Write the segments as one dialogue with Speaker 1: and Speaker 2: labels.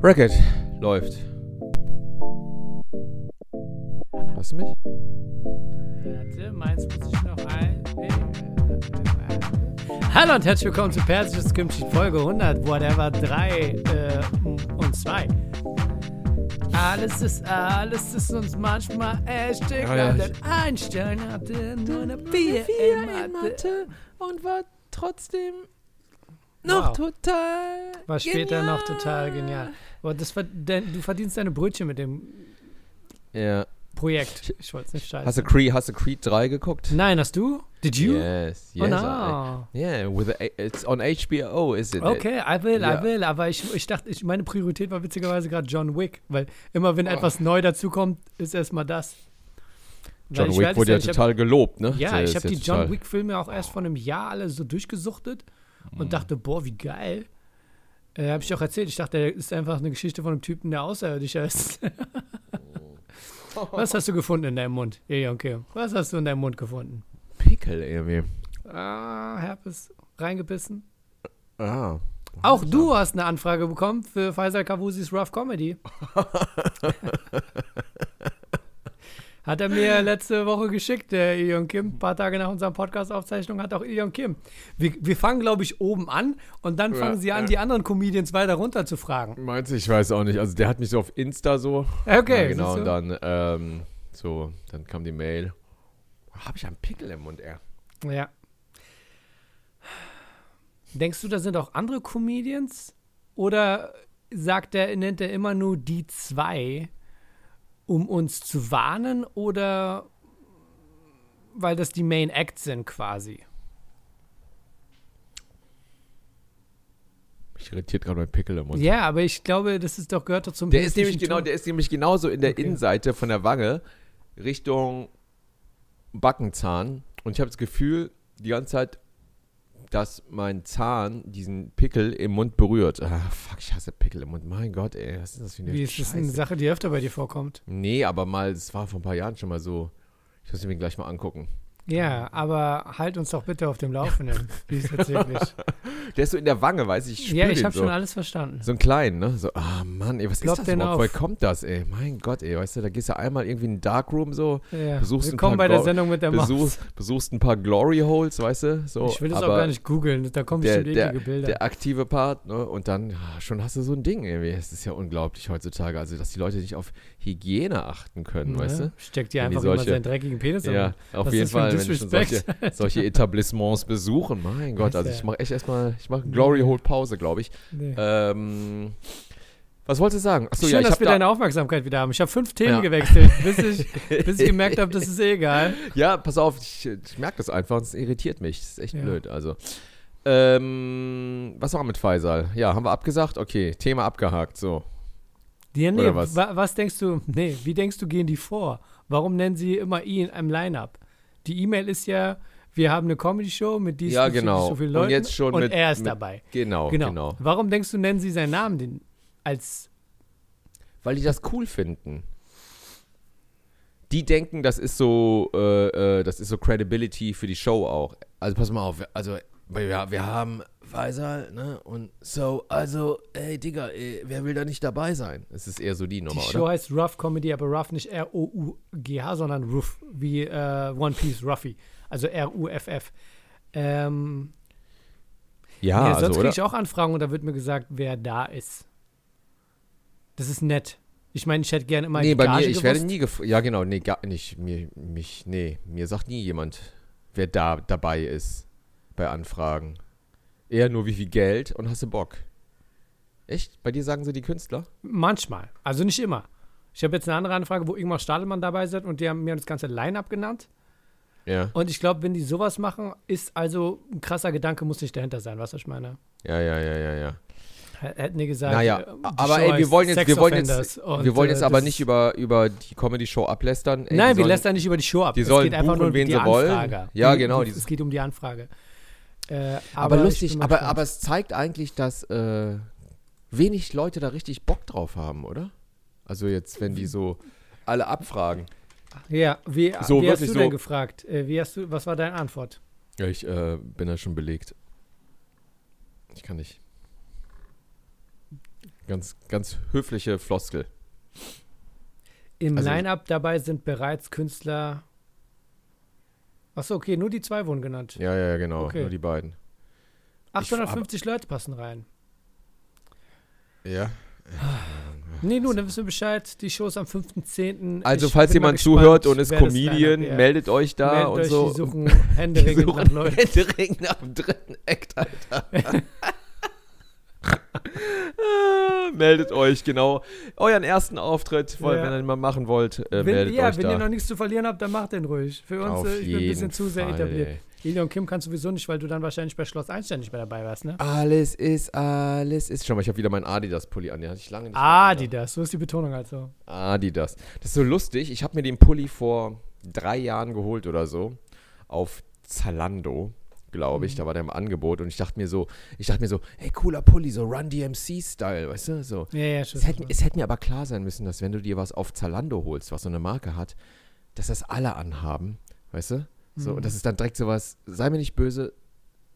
Speaker 1: Racket läuft. Hörst du mich?
Speaker 2: Warte, meins muss ich noch ein. Hallo und herzlich willkommen zu Persisches Kimchi Folge 100, whatever 3 äh, und 2. Alles ist, alles ist uns manchmal echt egal,
Speaker 1: ja,
Speaker 2: denn Einstein hatte nur eine 4
Speaker 3: vier
Speaker 2: in Mathe.
Speaker 3: in Mathe und war trotzdem noch
Speaker 2: Wow.
Speaker 3: total.
Speaker 2: War später
Speaker 3: genial.
Speaker 2: noch total genial. Aber das ver denn, du verdienst deine Brötchen mit dem
Speaker 1: Ja.
Speaker 2: Projekt. Ich wollte es nicht scheißen.
Speaker 1: Hast du Creed, hast du Creed 3 geguckt?
Speaker 2: Nein, hast du? Did you?
Speaker 1: Yes, yes.
Speaker 2: oh
Speaker 1: I-
Speaker 2: no.
Speaker 1: yeah, with a, it's on HBO, is it?
Speaker 2: Okay, I will,
Speaker 1: Äh, Ja.
Speaker 2: I will, aber ich, ich dachte, ich, meine Priorität war witzigerweise gerade John Wick, weil immer wenn
Speaker 1: Oh.
Speaker 2: etwas neu dazukommt, ist erstmal das. Weil
Speaker 1: John
Speaker 2: ich
Speaker 1: Wick
Speaker 2: werde
Speaker 1: wurde ja
Speaker 2: jetzt ich hab-
Speaker 1: total gelobt, ne?
Speaker 2: Ja,
Speaker 1: Der
Speaker 2: ich
Speaker 1: ist
Speaker 2: habe
Speaker 1: ja
Speaker 2: die John
Speaker 1: total- Oh.
Speaker 2: Wick-Filme auch erst vor einem Jahr alle so durchgesuchtet
Speaker 1: Mhm.
Speaker 2: und dachte, boah, wie geil. Äh, habe ich auch erzählt. Ich dachte, das ist einfach eine Geschichte von einem Typen, der außerirdischer ist.
Speaker 1: Oh.
Speaker 2: Was hast du gefunden in deinem Mund? Ja, okay. Was hast du in deinem Mund gefunden?
Speaker 1: Pickel irgendwie.
Speaker 2: Ah, Herpes. Reingebissen.
Speaker 1: Ah.
Speaker 2: Auch du hast eine Anfrage bekommen für Faisal Kavusis Rough Comedy. hat er mir letzte Woche geschickt, der Ilion Kim. Ein paar Tage nach unserer Podcast-Aufzeichnung hat auch Ilion Kim. Wir, wir fangen, glaube ich, oben an und dann
Speaker 1: Ja,
Speaker 2: fangen sie an,
Speaker 1: ja.
Speaker 2: die anderen Comedians weiter runter zu fragen.
Speaker 1: Meinst du, ich weiß auch nicht. Also der hat mich so auf Insta so.
Speaker 2: Okay,
Speaker 1: Ja, genau,
Speaker 2: siehst
Speaker 1: und
Speaker 2: du?
Speaker 1: dann, ähm, so, dann kam die Mail. Habe ich einen Pickel im Mund, ey?
Speaker 2: Ja. Denkst du, da sind auch andere Comedians? Oder sagt er, nennt er immer nur die zwei, um uns zu warnen? Oder weil das die Main Acts sind quasi?
Speaker 1: Mich irritiert gerade mein Pickel im Mund.
Speaker 2: Ja, aber ich glaube, das ist doch gehört doch zum
Speaker 1: Der ist, nämlich
Speaker 2: höflichen
Speaker 1: genau,
Speaker 2: Ton.
Speaker 1: der ist nämlich genauso in der
Speaker 2: Okay.
Speaker 1: Innenseite von der Wange Richtung Backenzahn. Und ich habe das Gefühl, die ganze Zeit, dass mein Zahn diesen Pickel im Mund berührt. Ah, fuck, ich hasse Pickel im Mund. Mein Gott, ey, was ist das für eine
Speaker 2: Wie ist das eine
Speaker 1: Scheiße?
Speaker 2: Sache, die öfter bei dir vorkommt?
Speaker 1: nee, aber mal, es war vor ein paar Jahren schon mal so. Ich muss mir den gleich mal angucken.
Speaker 2: Ja, aber halt uns doch bitte auf dem Laufenden, wie es jetzt wirklich
Speaker 1: Der ist so in der Wange, weiß ich. ich spür
Speaker 2: Ja, ich
Speaker 1: den
Speaker 2: habe
Speaker 1: so.
Speaker 2: schon alles verstanden.
Speaker 1: So einen kleinen, ne? So, ah Mann, ey, was
Speaker 2: Plopp
Speaker 1: ist das
Speaker 2: den
Speaker 1: überhaupt?
Speaker 2: auf.
Speaker 1: Woher kommt das, ey? Mein Gott, ey, weißt du, da gehst du einmal irgendwie in den Darkroom so,
Speaker 2: Ja.
Speaker 1: Besuchst ein paar
Speaker 2: Willkommen bei der
Speaker 1: Gau-
Speaker 2: Sendung mit der Maus.
Speaker 1: besuchst, besuchst ein paar Glory Holes, weißt du? So,
Speaker 2: ich will das
Speaker 1: aber
Speaker 2: auch gar nicht googeln, da kommen
Speaker 1: Der,
Speaker 2: bestimmt
Speaker 1: der,
Speaker 2: eklige Bilder.
Speaker 1: der aktive Part, ne? Und dann ah, schon hast du so ein Ding irgendwie. Es ist ja unglaublich heutzutage, also dass die Leute nicht auf Hygiene achten können,
Speaker 2: Ja,
Speaker 1: weißt du?
Speaker 2: Steckt dir
Speaker 1: Wenn die
Speaker 2: einfach immer
Speaker 1: solche-
Speaker 2: seinen dreckigen Penis am-
Speaker 1: Ja, Äh, auf
Speaker 2: Was
Speaker 1: jeden
Speaker 2: Ne? ist das für ein
Speaker 1: Fall, wenn ich schon solche,
Speaker 2: Disrespect?
Speaker 1: solche Etablissements besuchen. Mein Gott, also
Speaker 2: Alter.
Speaker 1: ich mache echt erstmal, ich mache Glory Hole Pause, glaube ich.
Speaker 2: Nee.
Speaker 1: Ähm, was wolltest du sagen? Achso,
Speaker 2: Schön,
Speaker 1: ja, ich
Speaker 2: dass
Speaker 1: habe
Speaker 2: wir
Speaker 1: da,
Speaker 2: deine Aufmerksamkeit wieder haben. Ich habe fünf Themen
Speaker 1: Ja.
Speaker 2: gewechselt, bis ich, bis ich gemerkt habe, das ist eh egal.
Speaker 1: Ja, pass auf, ich, ich merke das einfach und es irritiert mich. Das ist echt
Speaker 2: Ja.
Speaker 1: blöd. Also. Ähm, was war mit Faisal? Ja, haben wir abgesagt? Okay, Thema abgehakt. So.
Speaker 2: Ja, nee,
Speaker 1: Oder was?
Speaker 2: Wa was denkst du, nee, wie denkst du, gehen die vor? Warum nennen sie immer ihn im Line-Up? Die E-Mail ist ja, wir haben eine Comedy-Show mit diesen
Speaker 1: Ja, genau.
Speaker 2: so vielen
Speaker 1: Und
Speaker 2: Leuten
Speaker 1: jetzt schon
Speaker 2: und
Speaker 1: mit-
Speaker 2: er ist
Speaker 1: mit-
Speaker 2: dabei.
Speaker 1: Genau, genau,
Speaker 2: Genau. Warum denkst du, nennen sie seinen Namen den, als,
Speaker 1: Weil die das cool finden. Die denken, das ist so, äh, äh, das ist so Credibility für die Show auch. Also pass mal auf, wir- also wir, wir haben Faisal, ne? Und so, also, ey, Digga, ey, wer will da nicht dabei sein? Es ist eher so die
Speaker 2: die
Speaker 1: Nummer,
Speaker 2: Show
Speaker 1: oder?
Speaker 2: heißt Rough Comedy, aber Rough nicht R-O-U-G-H, sondern Ruff, wie äh, One Piece Ruffy, also R-U-F-F. Ähm,
Speaker 1: Ja,
Speaker 2: ja, sonst
Speaker 1: also,
Speaker 2: kriege
Speaker 1: oder?
Speaker 2: ich auch Anfragen und da wird mir gesagt, wer da ist. Das ist nett. Ich meine, ich hätte gerne immer
Speaker 1: Nee,
Speaker 2: die
Speaker 1: bei mir,
Speaker 2: Gage
Speaker 1: ich werde
Speaker 2: gewusst.
Speaker 1: nie gefragt. Ja, genau, nee, gar nicht. Mir, mich, nee, mir sagt nie jemand, wer da dabei ist bei Anfragen. Eher nur, wie viel Geld und hast du Bock. Echt? Bei dir sagen sie die Künstler?
Speaker 2: Manchmal, also nicht immer. Ich habe jetzt eine andere Anfrage, wo Ingmar Stadelmann dabei sind und die haben mir das ganze Line-Up genannt.
Speaker 1: Ja.
Speaker 2: Und ich glaube, wenn die sowas machen, ist also ein krasser Gedanke, muss nicht dahinter sein, was ich meine.
Speaker 1: Ja, ja, ja, ja, ja.
Speaker 2: H- Hätten die gesagt,
Speaker 1: Naja,
Speaker 2: äh, die
Speaker 1: aber
Speaker 2: Show
Speaker 1: ey, wir
Speaker 2: heißt
Speaker 1: wollen jetzt,
Speaker 2: Sex
Speaker 1: wir wollen jetzt,
Speaker 2: Offenders und,
Speaker 1: wir wollen
Speaker 2: äh,
Speaker 1: jetzt aber
Speaker 2: das-
Speaker 1: nicht über, über die Comedy-Show ablästern. Ey,
Speaker 2: Nein,
Speaker 1: die
Speaker 2: wir
Speaker 1: sollen-
Speaker 2: lästern nicht über die Show ab.
Speaker 1: die
Speaker 2: es
Speaker 1: sollen
Speaker 2: geht einfach
Speaker 1: buchen,
Speaker 2: nur um
Speaker 1: wen
Speaker 2: die
Speaker 1: sie wollen.
Speaker 2: Anfrage.
Speaker 1: Ja,
Speaker 2: die,
Speaker 1: genau,
Speaker 2: Die,
Speaker 1: dieses-
Speaker 2: es geht um die Anfrage. Äh,
Speaker 1: Aber,
Speaker 2: ich bin
Speaker 1: lustig,
Speaker 2: mal
Speaker 1: aber,
Speaker 2: gespannt.
Speaker 1: aber es zeigt eigentlich, dass äh, wenig Leute da richtig Bock drauf haben, oder? Also jetzt, wenn die so alle abfragen.
Speaker 2: Ja, wie,
Speaker 1: So,
Speaker 2: wie hast du
Speaker 1: wirklich so-
Speaker 2: denn gefragt? Äh, Wie hast du, was war deine Antwort?
Speaker 1: Ja, ich äh, bin da schon belegt. Ich kann nicht. Ganz, ganz höfliche Floskel.
Speaker 2: Im
Speaker 1: Also-
Speaker 2: Line-Up dabei sind bereits Künstler. Achso, okay, nur die zwei wurden genannt.
Speaker 1: Ja, ja, ja, genau.
Speaker 2: Okay.
Speaker 1: Nur die beiden.
Speaker 2: 850 Leute passen rein.
Speaker 1: Ja.
Speaker 2: Nee, nun, dann wissen wir Bescheid. Die Show ist am 5.10.
Speaker 1: Also,
Speaker 2: Ich
Speaker 1: falls
Speaker 2: bin mal
Speaker 1: jemand
Speaker 2: gespannt,
Speaker 1: zuhört und ist
Speaker 2: wer das Line-Up
Speaker 1: Comedian,
Speaker 2: wäre.
Speaker 1: meldet euch da
Speaker 2: Meldet
Speaker 1: und
Speaker 2: euch,
Speaker 1: so.
Speaker 2: Die suchen Händeringen nach Leuten.
Speaker 1: Händering nach dem dritten Act, Alter. Ah, meldet euch, genau. Euren ersten Auftritt, weil,
Speaker 2: Ja.
Speaker 1: wenn ihr den mal machen wollt, äh,
Speaker 2: Wenn,
Speaker 1: meldet
Speaker 2: ja,
Speaker 1: euch
Speaker 2: wenn
Speaker 1: da.
Speaker 2: ihr noch nichts zu verlieren habt, dann macht den ruhig. Für uns,
Speaker 1: Auf
Speaker 2: äh, ich bin ein
Speaker 1: jeden
Speaker 2: bisschen zu sehr
Speaker 1: Fall,
Speaker 2: etabliert.
Speaker 1: ey.
Speaker 2: Ilion Kim kannst sowieso nicht, weil du dann wahrscheinlich bei Schloss Einstein nicht mehr dabei warst, ne?
Speaker 1: Alles ist, alles ist. Schau mal, ich habe wieder meinen Adidas-Pulli an. Den hatte ich lange nicht mehr an, Alter.
Speaker 2: Adidas, so ist die Betonung also.
Speaker 1: Adidas. Das ist so lustig. Ich habe mir den Pulli vor drei Jahren geholt oder so. Auf Zalando, glaube ich. Da war der im Angebot. Und ich dachte mir so, ich dachte mir so, hey, cooler Pulli, so Run DMC-Style, weißt du? So.
Speaker 2: Ja, ja, schon.
Speaker 1: Es hätte, es hätte mir aber klar sein müssen, dass wenn du dir was auf Zalando holst, was so eine Marke hat, dass das alle anhaben, weißt du? So, Und dass es dann direkt sowas, sei mir nicht böse,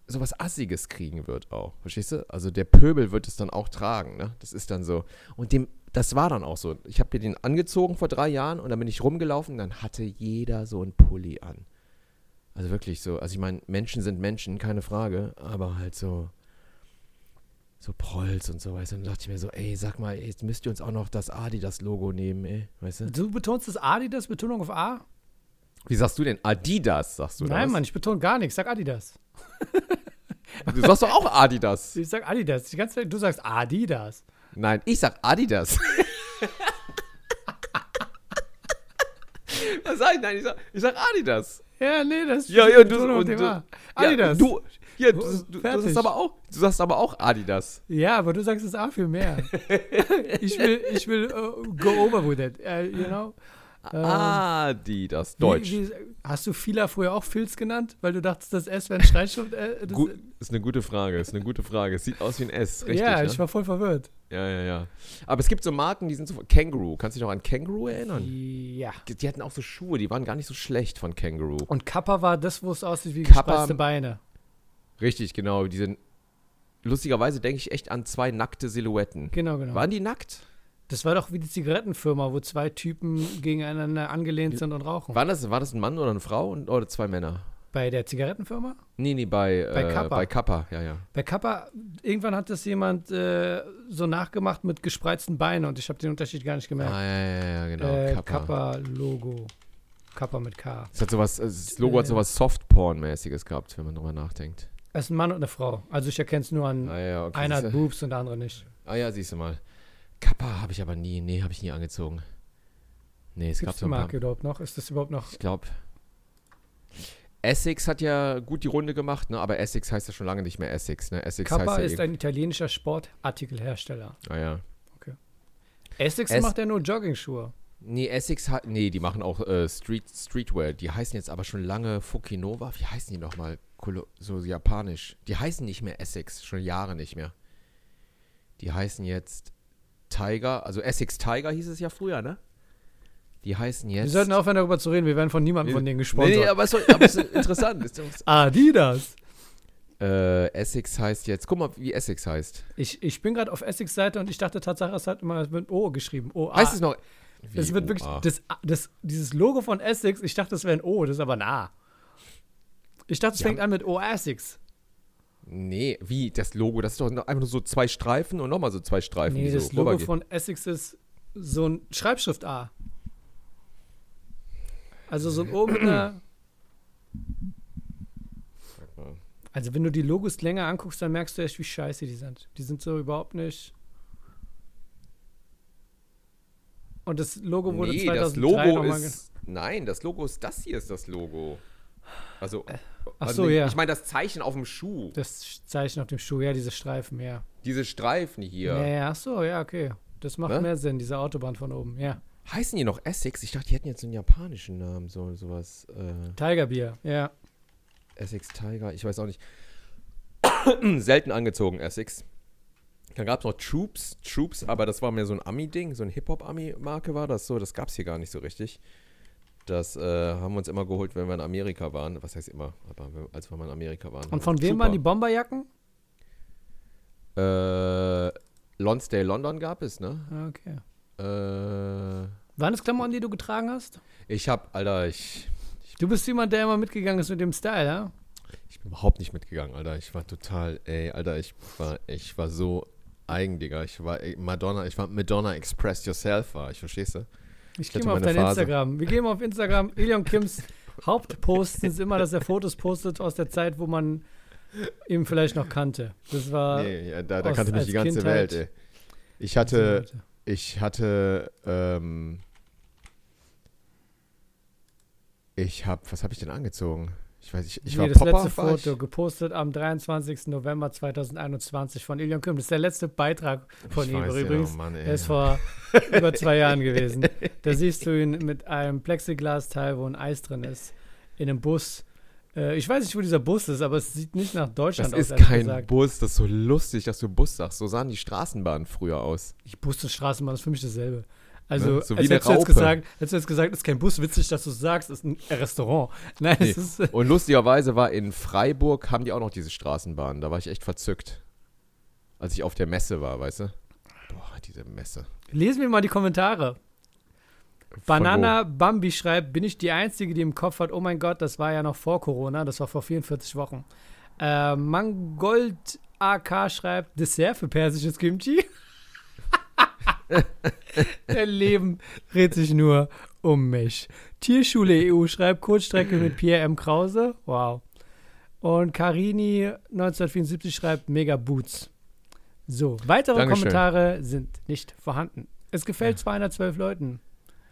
Speaker 1: sowas Assiges kriegen wird auch, verstehst du? Also der Pöbel wird es dann auch tragen, ne? Das ist dann so. Und dem, das war dann auch so. Ich habe mir den angezogen vor drei Jahren und dann bin ich rumgelaufen, dann hatte jeder so einen Pulli an. Also wirklich so. Also ich meine, Menschen sind Menschen, keine Frage, aber halt so so Prolls und so, weißt du, und dann dachte ich mir so, ey, sag mal, ey, jetzt müsst ihr uns auch noch das Adidas-Logo nehmen, ey, weißt du?
Speaker 2: Du betonst das Adidas, Betonung auf A?
Speaker 1: Wie sagst du denn? Adidas, sagst du
Speaker 2: Nein,
Speaker 1: das?
Speaker 2: Mann, ich betone gar nichts. Sag Adidas.
Speaker 1: Du sagst doch auch Adidas.
Speaker 2: Ich sag Adidas. Die ganze Zeit, du sagst Adidas.
Speaker 1: Nein, ich sag Adidas. Was sag ich? Nein, ich sag, ich sag Adidas.
Speaker 2: Ja, nee, das ist
Speaker 1: Ja,
Speaker 2: die
Speaker 1: ja, du,
Speaker 2: Betonung auf
Speaker 1: und,
Speaker 2: dem
Speaker 1: du-
Speaker 2: A. Adidas.
Speaker 1: Ja, du, ja, du, du, du,
Speaker 2: Fertig.
Speaker 1: sagst aber auch, du sagst aber auch Adidas.
Speaker 2: Ja, aber du sagst es A viel mehr. ich will, ich will äh, go over with it, äh, you know?
Speaker 1: Adidas, Deutsch.
Speaker 2: Ähm. Wie, wie, hast du Fila früher auch Filz genannt, weil du dachtest, das S wäre ein Schreibschrift? Äh, das,
Speaker 1: Gut, ist eine gute Frage, ist eine gute Frage. Es sieht aus wie ein S, richtig.
Speaker 2: ja,
Speaker 1: ne?
Speaker 2: ich war voll verwirrt.
Speaker 1: Ja, ja, ja. Aber es gibt so Marken, die sind so. Kangaroo. Kannst du dich noch an Kangaroo erinnern?
Speaker 2: Ja.
Speaker 1: Die, die hatten auch so Schuhe, die waren gar nicht so schlecht von Kangaroo.
Speaker 2: Und Kappa war das, wo es aussieht wie
Speaker 1: Kappa-
Speaker 2: gespreizte Beine.
Speaker 1: Richtig, genau. Die sind. Lustigerweise denke ich echt an zwei nackte Silhouetten.
Speaker 2: Genau, genau.
Speaker 1: Waren die nackt?
Speaker 2: Das war doch wie die Zigarettenfirma, wo zwei Typen gegeneinander angelehnt sind und rauchen.
Speaker 1: War das, war das ein Mann oder eine Frau und, oder zwei Männer?
Speaker 2: Bei der Zigarettenfirma?
Speaker 1: Nee, nee, bei,
Speaker 2: Bei
Speaker 1: äh,
Speaker 2: Kappa.
Speaker 1: Bei Kappa, ja, ja.
Speaker 2: Bei Kappa, irgendwann hat das jemand äh, so nachgemacht mit gespreizten Beinen und ich habe den Unterschied gar nicht gemerkt.
Speaker 1: Ah, ja, ja, ja, genau.
Speaker 2: äh,
Speaker 1: Kappa.
Speaker 2: Kappa-Logo. Kappa mit K.
Speaker 1: Das, hat sowas, das Logo hat sowas Softporn-mäßiges gehabt, wenn man drüber nachdenkt.
Speaker 2: Es ist ein Mann und eine Frau. Also ich erkenne es nur an
Speaker 1: Ah, ja, okay.
Speaker 2: einer hat
Speaker 1: siehste.
Speaker 2: Boobs und der andere nicht.
Speaker 1: ah, ja, siehst du mal. Kappa habe ich aber nie, nee, habe ich nie angezogen. Nee, es
Speaker 2: Gibt
Speaker 1: gab
Speaker 2: es die
Speaker 1: so ein paar,
Speaker 2: Marke überhaupt noch? Ist das überhaupt noch?
Speaker 1: Ich glaube. Essex hat ja gut die Runde gemacht, ne? aber Essex heißt ja schon lange nicht mehr Essex. Ne? Essex
Speaker 2: Kappa
Speaker 1: heißt
Speaker 2: ist
Speaker 1: ja
Speaker 2: ein italienischer Sportartikelhersteller.
Speaker 1: eben- ah, ja.
Speaker 2: Essex
Speaker 1: Es-
Speaker 2: macht ja nur Joggingschuhe.
Speaker 1: Nee, Essex hat. Nee, die machen auch äh, Street, Streetwear. Die heißen jetzt aber schon lange Fukinova. Wie heißen die nochmal? Kolo- So japanisch. Die heißen nicht mehr Essex, schon Jahre nicht mehr. Die heißen jetzt Tiger. Also Essex Tiger hieß es ja früher, ne? Die heißen jetzt.
Speaker 2: Wir sollten aufhören, darüber zu reden. Wir werden von niemandem von denen gesponsert.
Speaker 1: Nee, aber es ist, aber es ist interessant. Ist doch-
Speaker 2: Adidas.
Speaker 1: äh, Essex heißt jetzt. Guck mal, wie Essex heißt.
Speaker 2: Ich, ich bin gerade auf Essex Seite und ich dachte Tatsache, es hat immer mit O geschrieben. O
Speaker 1: Heißt es noch?
Speaker 2: Es wird wirklich
Speaker 1: OA?
Speaker 2: Ah. das, das, dieses Logo von Essex, ich dachte, das wäre ein O, das ist aber ein A. Ich dachte, es
Speaker 1: Ja.
Speaker 2: fängt an mit O Essex.
Speaker 1: nee, wie das Logo? Das ist doch noch- einfach nur so zwei Streifen und nochmal so zwei Streifen.
Speaker 2: Nee,
Speaker 1: die
Speaker 2: das
Speaker 1: so
Speaker 2: Logo
Speaker 1: rübergehen.
Speaker 2: von Essex ist so ein Schreibschrift A. Also
Speaker 1: Äh.
Speaker 2: so ein O mit einer.
Speaker 1: mal.
Speaker 2: Also wenn du die Logos länger anguckst, dann merkst du echt, wie scheiße die sind. Die sind so überhaupt nicht. Und das Logo wurde
Speaker 1: nee,
Speaker 2: 2003
Speaker 1: das Logo
Speaker 2: nochmal
Speaker 1: ist. Nein, das Logo ist das hier ist das Logo. Also.
Speaker 2: Ach
Speaker 1: also
Speaker 2: so,
Speaker 1: nee,
Speaker 2: ja.
Speaker 1: Ich meine das Zeichen auf dem Schuh.
Speaker 2: das Zeichen auf dem Schuh, ja, diese Streifen, ja.
Speaker 1: Diese Streifen hier.
Speaker 2: Ja, ja, ach so, ja, okay. Das macht
Speaker 1: Ne?
Speaker 2: mehr Sinn, diese Autobahn von oben, ja.
Speaker 1: Heißen die noch Essex? Ich dachte, die hätten jetzt so einen japanischen Namen, so sowas. Äh,
Speaker 2: Tigerbier, ja.
Speaker 1: Essex Tiger, ich weiß auch nicht. Selten angezogen, Essex. Dann gab es noch Troops, Troops, aber das war mehr so ein Ami-Ding, so ein Hip-Hop-Ami-Marke war das so, das gab es hier gar nicht so richtig. Das äh, haben wir uns immer geholt, wenn wir in Amerika waren. Was heißt immer, aber wenn- als wir mal in Amerika waren.
Speaker 2: Und von wem waren die Bomberjacken?
Speaker 1: die? Äh, Lonsdale London gab es, ne?
Speaker 2: Ah, Okay.
Speaker 1: Äh,
Speaker 2: Waren das Klamotten, die du getragen hast?
Speaker 1: ich hab, Alter, ich,
Speaker 2: Du bist jemand, der immer mitgegangen ist mit dem Style, ja?
Speaker 1: ich bin überhaupt nicht mitgegangen, Alter. Ich war total, ey, Alter, ich war, ich war so eigen, Digga. Ich war ey, Madonna, ich war Madonna Express Yourself, war ich, verstehst du?
Speaker 2: Ich gehe
Speaker 1: hatte
Speaker 2: mal auf
Speaker 1: meine
Speaker 2: dein
Speaker 1: Phase.
Speaker 2: Instagram. Wir gehen mal auf Instagram. Ilion Kims Hauptposten ist immer, dass er Fotos postet aus der Zeit, wo man ihn vielleicht noch kannte. Das war.
Speaker 1: Nee, ja, da, da
Speaker 2: Äh, aus-
Speaker 1: kannte mich
Speaker 2: als
Speaker 1: die ganze
Speaker 2: Kindheit.
Speaker 1: Welt, ey. Ich hatte, ich hatte, ähm, ich hab, was habe ich denn angezogen? Ich weiß, ich, ich war
Speaker 2: das
Speaker 1: Popper.
Speaker 2: letzte
Speaker 1: war
Speaker 2: Foto, gepostet am 23. November 2021 von Ilion Kim. Das ist der letzte Beitrag
Speaker 1: ich,
Speaker 2: von
Speaker 1: ich
Speaker 2: ihm
Speaker 1: weiß, ja,
Speaker 2: übrigens.
Speaker 1: Oh Mann, ey.
Speaker 2: Er ist vor über zwei Jahren gewesen. Da siehst du ihn mit einem Plexiglasteil, wo ein Eis drin ist, in einem Bus. Äh, Ich weiß nicht, wo dieser Bus ist, aber es sieht nicht nach
Speaker 1: das
Speaker 2: Deutschland aus.
Speaker 1: ist
Speaker 2: ehrlich
Speaker 1: kein
Speaker 2: gesagt.
Speaker 1: Bus, das ist so lustig, dass du Bus sagst. So sahen die Straßenbahnen früher aus.
Speaker 2: Ich Bus und Straßenbahn ist für mich dasselbe. Also,
Speaker 1: Ne? So wie
Speaker 2: als
Speaker 1: eine
Speaker 2: hättest du jetzt
Speaker 1: Raupe.
Speaker 2: gesagt, hättest du jetzt gesagt, ist kein Bus, witzig, dass du sagst, ist ein Restaurant. Nein,
Speaker 1: Nee.
Speaker 2: es ist.
Speaker 1: Und lustigerweise war in Freiburg, haben die auch noch diese Straßenbahnen. Da war ich echt verzückt. Als ich auf der Messe war, weißt du? Boah, diese Messe.
Speaker 2: Lesen wir mal die Kommentare.
Speaker 1: Von
Speaker 2: Banana Bambi schreibt, bin ich die Einzige, die im Kopf hat, oh mein Gott, das war ja noch vor Corona, das war vor 44 Wochen. Äh, Mangold AK schreibt, Dessert für persisches Kimchi. Der Leben dreht sich nur um mich. Tierschule EU schreibt Kurzstrecke mit Pierre M. Krause. Wow. Und Carini 1974 schreibt Mega Boots. So, weitere
Speaker 1: Dankeschön.
Speaker 2: Kommentare sind nicht vorhanden. Es gefällt 212 Leuten.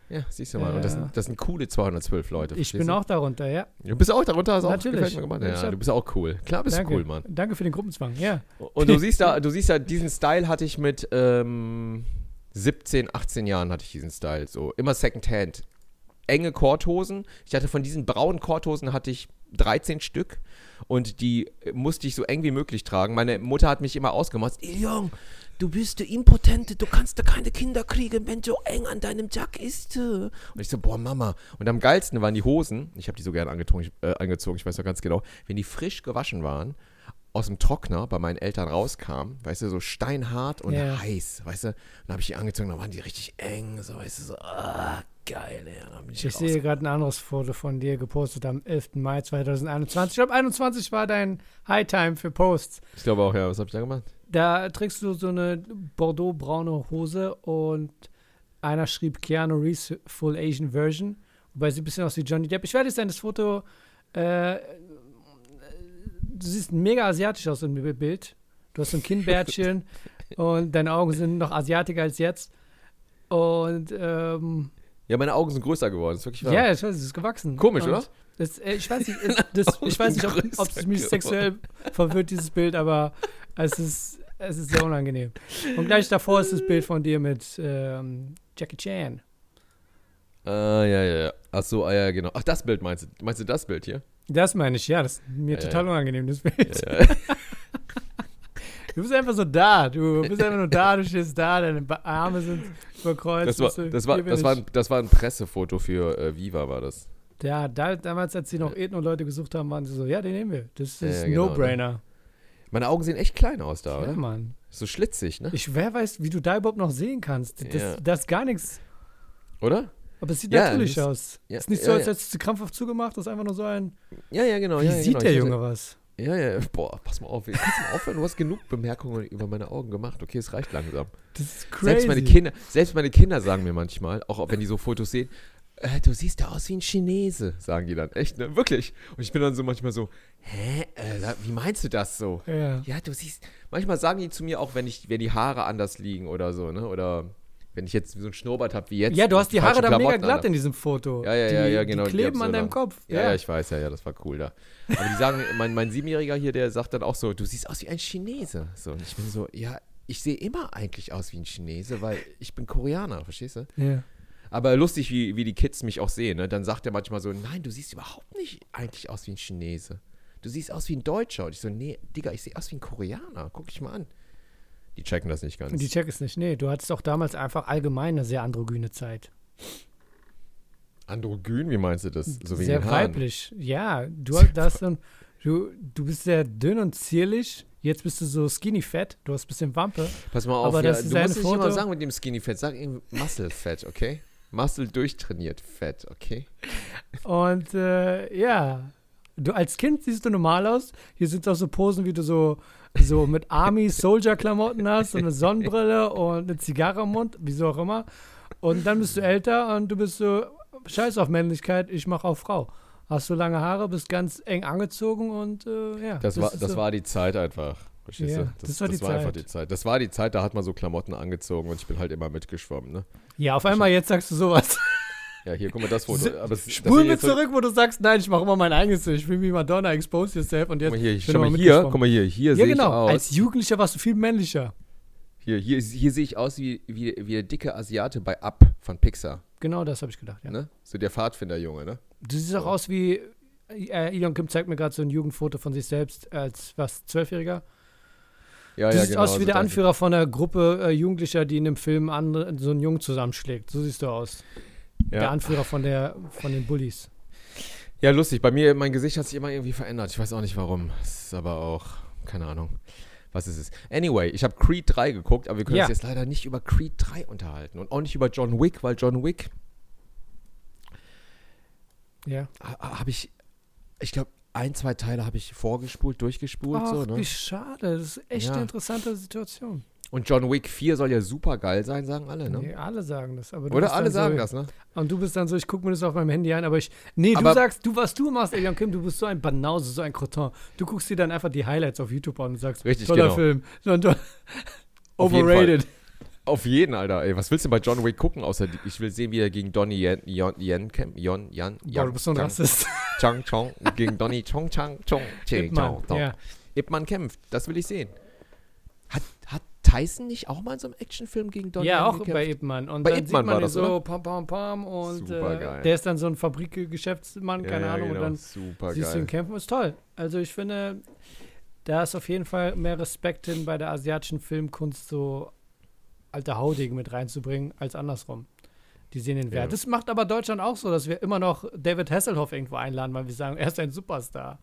Speaker 1: Wo. Ja, siehst du mal. Und das,
Speaker 2: Ja.
Speaker 1: sind- das sind coole 212 Leute.
Speaker 2: Ich
Speaker 1: verstehst
Speaker 2: bin
Speaker 1: du?
Speaker 2: auch darunter, ja.
Speaker 1: Du bist auch darunter, hast auch
Speaker 2: Natürlich.
Speaker 1: gefällt mir gemacht.
Speaker 2: Ich
Speaker 1: Ja,
Speaker 2: hab-
Speaker 1: du bist auch cool. Klar bist
Speaker 2: Danke.
Speaker 1: du cool, Mann.
Speaker 2: Danke für den Gruppenzwang, ja.
Speaker 1: Und du siehst da, du siehst ja, diesen Style hatte ich mit ähm, 17, 18 Jahren hatte ich diesen Style. So immer Secondhand. Enge Korthosen. Ich hatte von diesen braunen Korthosen hatte ich 13 Stück und die musste ich so eng wie möglich tragen. Meine Mutter hat mich immer ausgemacht.
Speaker 3: Ilion, du bist eine Impotente, du kannst da keine Kinder kriegen, wenn so eng an deinem Jack ist. äh.
Speaker 1: Und ich so, boah, Mama. Und am geilsten waren die Hosen, ich habe die so gern angezogen, ich, äh, angezogen, ich weiß noch ganz genau, wenn die frisch gewaschen waren, aus dem Trockner bei meinen Eltern rauskamen, weißt du, so steinhart und
Speaker 2: Ja.
Speaker 1: heiß, weißt du. Und dann habe ich die angezogen, dann waren die richtig eng, so, weißt du, so, ah, geil, ey. Dann bin ich,
Speaker 2: Ich sehe gerade ein anderes Foto von dir gepostet am 11. Mai 2021. Ich glaube, 21 war dein Hightime für Posts.
Speaker 1: ich glaube auch, ja, was habe ich da gemacht?
Speaker 2: Da trägst du so eine Bordeaux-braune Hose und einer schrieb Keanu Reeves Full Asian Version, wobei sie ein bisschen aus wie Johnny Depp. Ich werde jetzt ein das Foto. Äh, du siehst mega asiatisch aus im Bild. Du hast so ein Kinnbärtchen und deine Augen sind noch asiatiger als jetzt. Und ähm,
Speaker 1: Ja, meine Augen sind größer geworden, ist wirklich
Speaker 2: ja,
Speaker 1: wahr.
Speaker 2: ich weiß, es ist gewachsen.
Speaker 1: Komisch,
Speaker 2: und
Speaker 1: oder?
Speaker 2: Das, äh, ich weiß nicht, es- das, ich weiß nicht ob,
Speaker 1: Größer
Speaker 2: ob es mich
Speaker 1: geworden.
Speaker 2: sexuell verwirrt, dieses Bild, aber es ist, es ist sehr unangenehm. Und gleich davor ist das Bild von dir mit ähm, Jackie Chan.
Speaker 1: Ah, ja, ja, ja. Ach so, ah, ja, genau. Ach, das Bild meinst du? Meinst du das Bild hier?
Speaker 2: Das meine ich, ja, das ist mir
Speaker 1: Ja,
Speaker 2: total
Speaker 1: ja.
Speaker 2: unangenehm, das Bild.
Speaker 1: Ja, ja.
Speaker 2: Du bist einfach so da, du bist einfach nur da, du stehst da, deine Ba- Arme sind überkreuzt.
Speaker 1: Das war,
Speaker 2: bist du-
Speaker 1: das war,
Speaker 2: hier bin
Speaker 1: das war,
Speaker 2: ich.
Speaker 1: ein- das war ein Pressefoto für äh, Viva, war das.
Speaker 2: Ja, da, damals, als sie noch Ethno-Leute gesucht haben, waren sie so, ja, den nehmen wir. Das
Speaker 1: Ja,
Speaker 2: ist
Speaker 1: ja,
Speaker 2: ein
Speaker 1: genau, ne?
Speaker 2: No-Brainer.
Speaker 1: Meine Augen sehen echt klein aus da,
Speaker 2: Ja,
Speaker 1: oder?
Speaker 2: Mann.
Speaker 1: So schlitzig, ne?
Speaker 2: Ich, wer weiß, wie du da überhaupt noch sehen kannst. Das,
Speaker 1: Ja.
Speaker 2: das ist gar nichts.
Speaker 1: Oder?
Speaker 2: Aber es sieht
Speaker 1: Ja,
Speaker 2: natürlich
Speaker 1: das-
Speaker 2: aus.
Speaker 1: ja,
Speaker 2: ist nicht
Speaker 1: ja,
Speaker 2: so, als
Speaker 1: ja.
Speaker 2: hättest du krampfhaft zugemacht. Das ist einfach nur so ein.
Speaker 1: Ja, ja, genau.
Speaker 2: Wie
Speaker 1: ja, ja,
Speaker 2: sieht
Speaker 1: genau.
Speaker 2: der
Speaker 1: Ich
Speaker 2: Junge was?
Speaker 1: Hatte, ja, ja. Boah, pass mal auf. ey. Kannst du mal aufhören? Du hast genug Bemerkungen über meine Augen gemacht. Okay, es reicht langsam.
Speaker 2: Das ist crazy.
Speaker 1: Selbst meine, Kinder, selbst meine Kinder sagen mir manchmal, auch wenn die so Fotos sehen, äh, du siehst da aus wie ein Chinese, sagen die dann. Echt, ne? Wirklich. Und ich bin dann so manchmal so, hä? Äh, da- wie meinst du das so?
Speaker 2: Ja.
Speaker 1: Ja, du siehst. Manchmal sagen die zu mir auch, wenn, ich, wenn die Haare anders liegen oder so, ne? Oder wenn ich jetzt so einen Schnurrbart habe wie jetzt.
Speaker 2: ja, du
Speaker 1: und
Speaker 2: hast die Haare
Speaker 1: falsche
Speaker 2: da mega
Speaker 1: Klamotten
Speaker 2: glatt
Speaker 1: an
Speaker 2: in diesem Foto.
Speaker 1: Ja, ja,
Speaker 2: die,
Speaker 1: ja, ja, genau.
Speaker 2: Die kleben an
Speaker 1: Absurda.
Speaker 2: deinem Kopf.
Speaker 1: Ja, ja, ich weiß, ja, ja, das war cool da. Aber die sagen, mein, mein Siebenjähriger hier, der sagt dann auch so, du siehst aus wie ein Chinese. So, und ich bin so, ja, ich sehe immer eigentlich aus wie ein Chinese, weil ich bin Koreaner, verstehst du?
Speaker 2: Ja.
Speaker 1: Aber lustig, wie, wie die Kids mich auch sehen, ne? Dann sagt er manchmal so, nein, du siehst überhaupt nicht eigentlich aus wie ein Chinese. Du siehst aus wie ein Deutscher. Und ich so, nee, Digga, ich sehe aus wie ein Koreaner. Guck dich mal an. Die checken das nicht ganz.
Speaker 2: Die check es nicht. Nee, du hattest auch damals einfach allgemein eine sehr androgyne Zeit.
Speaker 1: Androgyn, wie meinst du das? So wegen
Speaker 2: sehr
Speaker 1: den Haaren.
Speaker 2: weiblich. Ja, du, hast- da hast so ein, du, du bist sehr dünn und zierlich, Jetzt bist du so skinny fett, du hast ein bisschen Wampe.
Speaker 1: Pass mal auf,
Speaker 2: Aber
Speaker 1: ja,
Speaker 2: das
Speaker 1: du
Speaker 2: ist ein
Speaker 1: musst es nicht immer
Speaker 2: Foto-
Speaker 1: sagen mit dem Skinny Fett, sag eben Muscle Fett, okay? Muscle durchtrainiert Fett, okay?
Speaker 2: Und äh, ja, du als Kind siehst du normal aus. Hier sind auch so Posen, wie du so, so mit Army-Soldier-Klamotten hast und eine Sonnenbrille und eine Zigarre im Mund, wieso auch immer. Und dann bist du älter und du bist so, scheiß auf Männlichkeit, ich mach auf Frau. Hast du lange Haare, bist ganz eng angezogen und äh, ja.
Speaker 1: Das, war,
Speaker 2: ist
Speaker 1: das
Speaker 2: so.
Speaker 1: war die Zeit einfach. Verstehst
Speaker 2: Ja,
Speaker 1: du?
Speaker 2: das war die
Speaker 1: einfach
Speaker 2: Zeit.
Speaker 1: die Zeit. Das war die Zeit, da hat man so Klamotten angezogen und ich bin halt immer mitgeschwommen, ne?
Speaker 2: Ja, auf einmal jetzt sagst du sowas.
Speaker 1: Ja, hier, guck mal, das Foto.
Speaker 2: Se-
Speaker 1: Aber es, das
Speaker 2: Spul
Speaker 1: sind
Speaker 2: mir
Speaker 1: jetzt so-
Speaker 2: zurück, wo du sagst, nein, ich mache immer mein eigenes. Ich bin wie Madonna, expose yourself und jetzt.
Speaker 1: Guck mal hier,
Speaker 2: bin
Speaker 1: schau mal
Speaker 2: immer
Speaker 1: hier,
Speaker 2: mitgeschwommen.
Speaker 1: guck mal hier, hier
Speaker 2: Ja,
Speaker 1: sehe ich
Speaker 2: genau.
Speaker 1: aus.
Speaker 2: Als Jugendlicher warst du viel männlicher.
Speaker 1: hier hier, hier sehe ich aus wie, wie, wie der dicke Asiate bei Up von Pixar,
Speaker 2: Genau das habe ich gedacht, ja.
Speaker 1: ne? So der Pfadfinderjunge, ne?
Speaker 2: Du siehst auch aus wie. Äh, Elon Kim zeigt mir gerade so ein Jugendfoto von sich selbst als was, Zwölfjähriger.
Speaker 1: Ja,
Speaker 2: Du
Speaker 1: ja,
Speaker 2: siehst
Speaker 1: genau.
Speaker 2: aus
Speaker 1: so
Speaker 2: wie der
Speaker 1: da-
Speaker 2: Anführer von einer Gruppe äh, Jugendlicher, die in einem Film andere, so einen Jungen zusammenschlägt. So siehst du aus. Der
Speaker 1: Ja.
Speaker 2: Anführer von, der, von den Bullies.
Speaker 1: ja, lustig. Bei mir, mein Gesicht hat sich immer irgendwie verändert. Ich weiß auch nicht warum. Es ist aber auch, keine Ahnung. Was ist es? Anyway, ich habe Creed 3 geguckt, aber wir können
Speaker 2: Ja.
Speaker 1: uns jetzt leider nicht über Creed 3 unterhalten und auch nicht über John Wick, weil John Wick
Speaker 2: Ja.
Speaker 1: habe ich, ich glaube, ein, zwei Teile habe ich vorgespult, durchgespult.
Speaker 2: Ach,
Speaker 1: so, ne?
Speaker 2: wie schade. Das ist echt
Speaker 1: Ja.
Speaker 2: eine interessante Situation.
Speaker 1: Und John Wick 4 soll ja super geil sein, sagen alle, ne?
Speaker 2: Nee, alle sagen das. Aber du
Speaker 1: Oder
Speaker 2: bist
Speaker 1: alle
Speaker 2: dann
Speaker 1: sagen
Speaker 2: so,
Speaker 1: das, ne?
Speaker 2: Und du bist dann so, ich gucke mir das auf meinem Handy an, aber ich. Nee, du
Speaker 1: Aber-
Speaker 2: sagst, du, was du machst, Elian Kim, du bist so ein Banause, so ein Croton. Du guckst dir dann einfach die Highlights auf YouTube an und sagst,
Speaker 1: Richtig,
Speaker 2: toller
Speaker 1: genau.
Speaker 2: Film. So ein to-
Speaker 1: Auf jeden Fall.
Speaker 2: Overrated.
Speaker 1: Auf jeden, Alter. Ey, was willst du bei John Wick gucken, außer die, ich will sehen, wie er gegen Donnie Yen, Yen, Yen, Yen, Yen, Yen,
Speaker 2: Boah, du bist so ein
Speaker 1: Chang,
Speaker 2: Rassist.
Speaker 1: Chang, Chong, gegen Donnie Chong, Chang, Chong, Ching,
Speaker 2: Ip Man,
Speaker 1: Chong, Chong.
Speaker 2: ja.
Speaker 1: Ip Man kämpft, das will ich sehen. Hat, hat Tyson nicht auch mal in so einem Actionfilm gegen Donnie
Speaker 2: ja,
Speaker 1: Yen
Speaker 2: auch
Speaker 1: gekämpft?
Speaker 2: bei Ip Man. Und
Speaker 1: Bei
Speaker 2: dann
Speaker 1: Ip
Speaker 2: sieht
Speaker 1: Man
Speaker 2: man
Speaker 1: war
Speaker 2: ihn
Speaker 1: das,
Speaker 2: so
Speaker 1: oder?
Speaker 2: pam, pam, pam. Und
Speaker 1: Supergeil.
Speaker 2: äh, der ist dann so ein Fabrikgeschäftsmann, keine
Speaker 1: ja,
Speaker 2: Ahnung.
Speaker 1: Genau.
Speaker 2: Und dann
Speaker 1: Super
Speaker 2: siehst du ihn
Speaker 1: geil.
Speaker 2: kämpfen, ist toll. Also ich finde, da ist auf jeden Fall mehr Respekt hin, bei der asiatischen Filmkunst so alte Haudegen mit reinzubringen, als andersrum. Die sehen den Wert.
Speaker 1: Ja.
Speaker 2: Das macht aber Deutschland auch so, dass wir immer noch David Hasselhoff irgendwo einladen, weil wir sagen, er ist ein Superstar.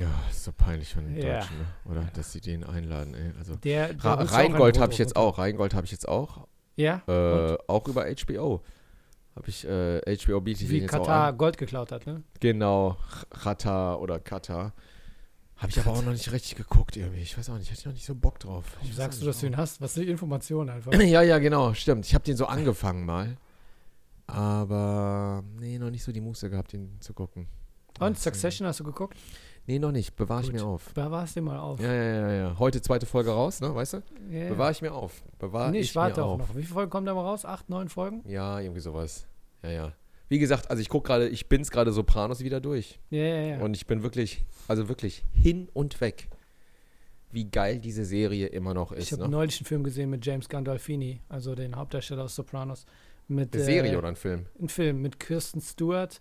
Speaker 1: Ja, ist so peinlich von den
Speaker 2: Ja.
Speaker 1: Deutschen, ne? Oder? Dass sie den einladen, ey. Also.
Speaker 2: Der, der
Speaker 1: Ra
Speaker 2: holt sich auch
Speaker 1: Rheingold
Speaker 2: einen
Speaker 1: habe ich jetzt
Speaker 2: Brot
Speaker 1: auch. Rheingold habe ich jetzt auch.
Speaker 2: runter. Ja?
Speaker 1: Äh, auch über HBO. Habe ich äh, HBO bietet den
Speaker 2: Wie
Speaker 1: jetzt auch an.
Speaker 2: Katar Gold geklaut hat, ne?
Speaker 1: Genau, Rata oder Kata. Habe ich aber auch noch nicht richtig geguckt irgendwie. Ich weiß auch nicht, hatte ich noch nicht so Bock drauf. Ich
Speaker 2: Warum
Speaker 1: weiß
Speaker 2: sagst
Speaker 1: auch
Speaker 2: du, dass du
Speaker 1: nicht,
Speaker 2: ihn hast? Was sind die Informationen einfach?
Speaker 1: warum. Ja, ja, genau, stimmt. Ich habe den so angefangen mal. Aber nee, noch nicht so die Muße gehabt, den zu gucken.
Speaker 2: Und Succession hast du geguckt?
Speaker 1: Nee, noch nicht. Bewahre ich
Speaker 2: Gut.
Speaker 1: mir auf.
Speaker 2: Da war es dir mal auf.
Speaker 1: Ja, ja, ja, ja. Heute zweite Folge raus, ne? Weißt du?
Speaker 2: Ja.
Speaker 1: Bewahre ich mir auf. Bewahre
Speaker 2: nee,
Speaker 1: ich,
Speaker 2: ich, warte
Speaker 1: mir
Speaker 2: auch
Speaker 1: auf.
Speaker 2: noch. Wie viele Folgen kommen da mal raus? Acht, neun Folgen?
Speaker 1: Ja, irgendwie sowas. Ja, ja. Wie gesagt, also ich gucke gerade, ich bin's gerade Sopranos wieder durch.
Speaker 2: Ja, ja, ja.
Speaker 1: Und ich bin wirklich, also wirklich hin und weg, wie geil diese Serie immer noch ist.
Speaker 2: Ich habe
Speaker 1: ne?
Speaker 2: neulich einen Film gesehen mit James Gandolfini, also den Hauptdarsteller aus Sopranos. Mit, äh,
Speaker 1: Eine Serie oder ein Film?
Speaker 2: Ein Film mit Kirsten Stewart,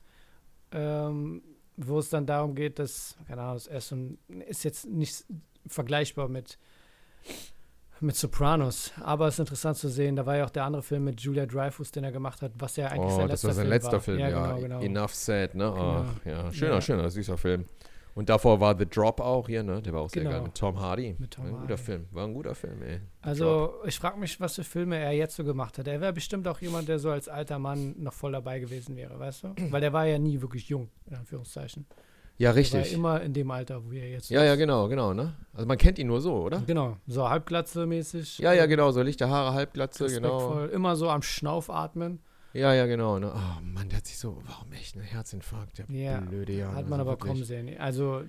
Speaker 2: ähm, wo es dann darum geht, dass, keine Ahnung, das Essen ist jetzt nicht vergleichbar mit, mit Sopranos, aber es ist interessant zu sehen, da war ja auch der andere Film mit Julia Dreyfus, den er gemacht hat, was ja eigentlich
Speaker 1: Oh,
Speaker 2: sein
Speaker 1: das
Speaker 2: letzter
Speaker 1: war sein
Speaker 2: Film
Speaker 1: letzter
Speaker 2: war.
Speaker 1: Film,
Speaker 2: ja.
Speaker 1: ja.
Speaker 2: Genau, genau.
Speaker 1: Enough Said, ne? Ach, ja. Schöner,
Speaker 2: Ja.
Speaker 1: schöner, süßer Film. Und davor war The Drop auch hier, ne? Der war auch sehr
Speaker 2: Genau.
Speaker 1: geil. Mit Tom Hardy.
Speaker 2: Mit Tom
Speaker 1: war ein guter
Speaker 2: Hardy.
Speaker 1: Film. War ein guter Film, ey. The Drop.
Speaker 2: Also ich frage mich, was für Filme er jetzt so gemacht hat. Er wäre bestimmt auch jemand, der so als alter Mann noch voll dabei gewesen wäre, weißt du? Weil der war ja nie wirklich jung, in Anführungszeichen.
Speaker 1: Ja,
Speaker 2: Der war
Speaker 1: richtig.
Speaker 2: immer in dem Alter, wo er jetzt
Speaker 1: Ja, ja, genau, genau, ne? Also man kennt ihn nur so, oder?
Speaker 2: Genau, so halbglatze-mäßig. äh,
Speaker 1: Ja, ja, genau, so lichte Haare, Halbglatze, genau.
Speaker 2: respektvoll, Immer so am Schnauf atmen.
Speaker 1: Ja, ja, genau. Ne? Oh Mann, der hat sich so, warum echt einen Herzinfarkt, der
Speaker 2: Ja,
Speaker 1: blöde Jan.
Speaker 2: Hat man
Speaker 1: also
Speaker 2: aber
Speaker 1: wirklich.
Speaker 2: kommen sehen. Also,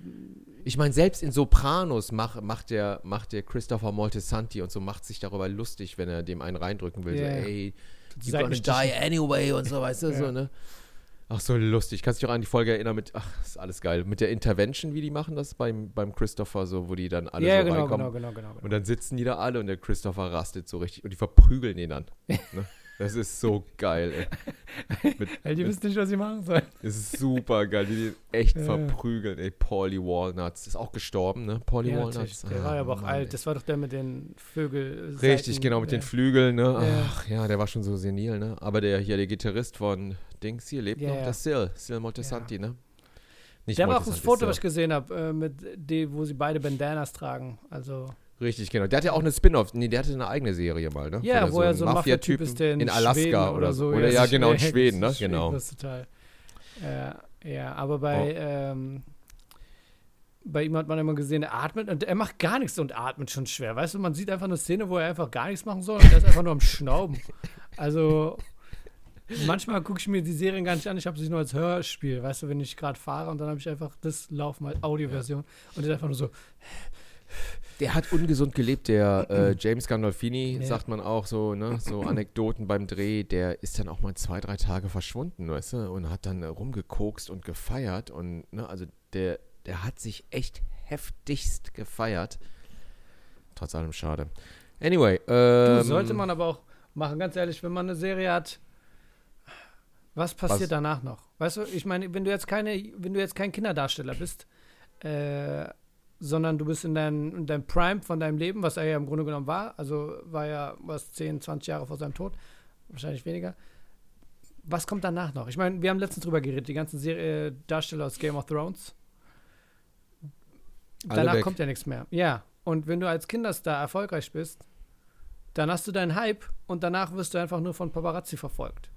Speaker 1: Ich meine, selbst in Sopranos mach, macht, der, macht der Christopher Moltisanti und so macht sich darüber lustig, wenn er dem einen reindrücken will.
Speaker 2: Ja.
Speaker 1: So, ey, you
Speaker 2: seid
Speaker 1: gonna
Speaker 2: nicht-
Speaker 1: die anyway und so, weißt du,
Speaker 2: Ja.
Speaker 1: so, ne? Ach, so lustig. Kannst du dich auch an die Folge erinnern mit, ach, ist alles geil, mit der Intervention, wie die machen das beim, beim Christopher, so, wo die dann alle
Speaker 2: ja,
Speaker 1: so
Speaker 2: genau,
Speaker 1: reinkommen.
Speaker 2: genau, genau, genau,
Speaker 1: Und
Speaker 2: genau.
Speaker 1: dann sitzen die da alle und der Christopher rastet so richtig und die verprügeln ihn dann. ne? Das ist so geil, ey. Mit,
Speaker 2: Weil die
Speaker 1: mit,
Speaker 2: wissen nicht, was sie machen sollen.
Speaker 1: es ist super geil, wie die den echt
Speaker 2: Ja, ja.
Speaker 1: verprügeln. Ey, Paulie Walnuts ist auch gestorben, ne? Paulie
Speaker 2: Ja, natürlich.
Speaker 1: Walnuts.
Speaker 2: der
Speaker 1: Ah,
Speaker 2: war ja aber auch
Speaker 1: Mann,
Speaker 2: alt.
Speaker 1: ey.
Speaker 2: Das war doch der mit den äh, Vögel.
Speaker 1: Richtig, genau, mit den Flügeln, ne?
Speaker 2: Ja.
Speaker 1: Ach ja, der war schon so senil, ne? Aber der hier, der Gitarrist von Dings hier, lebt
Speaker 2: Ja,
Speaker 1: noch,
Speaker 2: ja.
Speaker 1: der Sil, Sil Montesanti, ne? Nicht
Speaker 2: Der war auch ein
Speaker 1: Malteser,
Speaker 2: Foto, was
Speaker 1: ist,
Speaker 2: ich gesehen habe, äh, mit die, wo sie beide Bandanas tragen. Also
Speaker 1: äh, Richtig, genau. Der hatte ja auch eine Spin-off. Nee, der hatte eine eigene Serie mal, ne?
Speaker 2: ja,
Speaker 1: Von der-
Speaker 2: wo er
Speaker 1: einem
Speaker 2: so ein Mafia-Typ
Speaker 1: Mafia-Typen
Speaker 2: ist, der in,
Speaker 1: in Alaska
Speaker 2: Schweden
Speaker 1: oder so.
Speaker 2: ja,
Speaker 1: Oder ja,
Speaker 2: ist
Speaker 1: genau, in
Speaker 2: Schweden,
Speaker 1: Schweden, ne?
Speaker 2: ist Schweden,
Speaker 1: Genau. Oh.
Speaker 2: Das ist total. Äh, ja, aber bei ähm, bei ihm hat man immer gesehen, er atmet und er macht gar nichts und atmet schon schwer. Weißt du, man sieht einfach eine Szene, wo er einfach gar nichts machen soll und er ist einfach nur am Schnauben. Also manchmal gucke ich mir die Serien gar nicht an, ich habe sie nur als Hörspiel, weißt du, wenn ich gerade fahre und dann habe ich einfach das Laufen als Audioversion und der ist einfach nur so,
Speaker 1: Der hat ungesund gelebt, der äh, James Gandolfini,
Speaker 2: Ja.
Speaker 1: sagt man auch so, ne? So Anekdoten beim Dreh. Der ist dann auch mal zwei, drei Tage verschwunden, weißt du? Und hat dann äh, rumgekokst und gefeiert. Und, ne? Also der, der hat sich echt heftigst gefeiert. Trotz allem schade. Anyway, ähm,
Speaker 2: Du, sollte man aber auch machen, ganz ehrlich, wenn man eine Serie hat, was passiert
Speaker 1: Was?
Speaker 2: danach noch? Weißt du, ich meine, wenn du jetzt keine, wenn du jetzt kein Kinderdarsteller bist, äh, sondern du bist in deinem in deinem Prime von deinem Leben, was er ja im Grunde genommen war, also war ja was 10, 20 Jahre vor seinem Tod, wahrscheinlich weniger. Was kommt danach noch? Ich meine, wir haben letztens drüber geredet, die ganzen Serie, äh, Darsteller aus Game of Thrones.
Speaker 1: Alle
Speaker 2: Danach
Speaker 1: weg.
Speaker 2: kommt ja nichts mehr. Ja. Und wenn du als Kinderstar erfolgreich bist, dann hast du deinen Hype und danach wirst du einfach nur von Paparazzi verfolgt.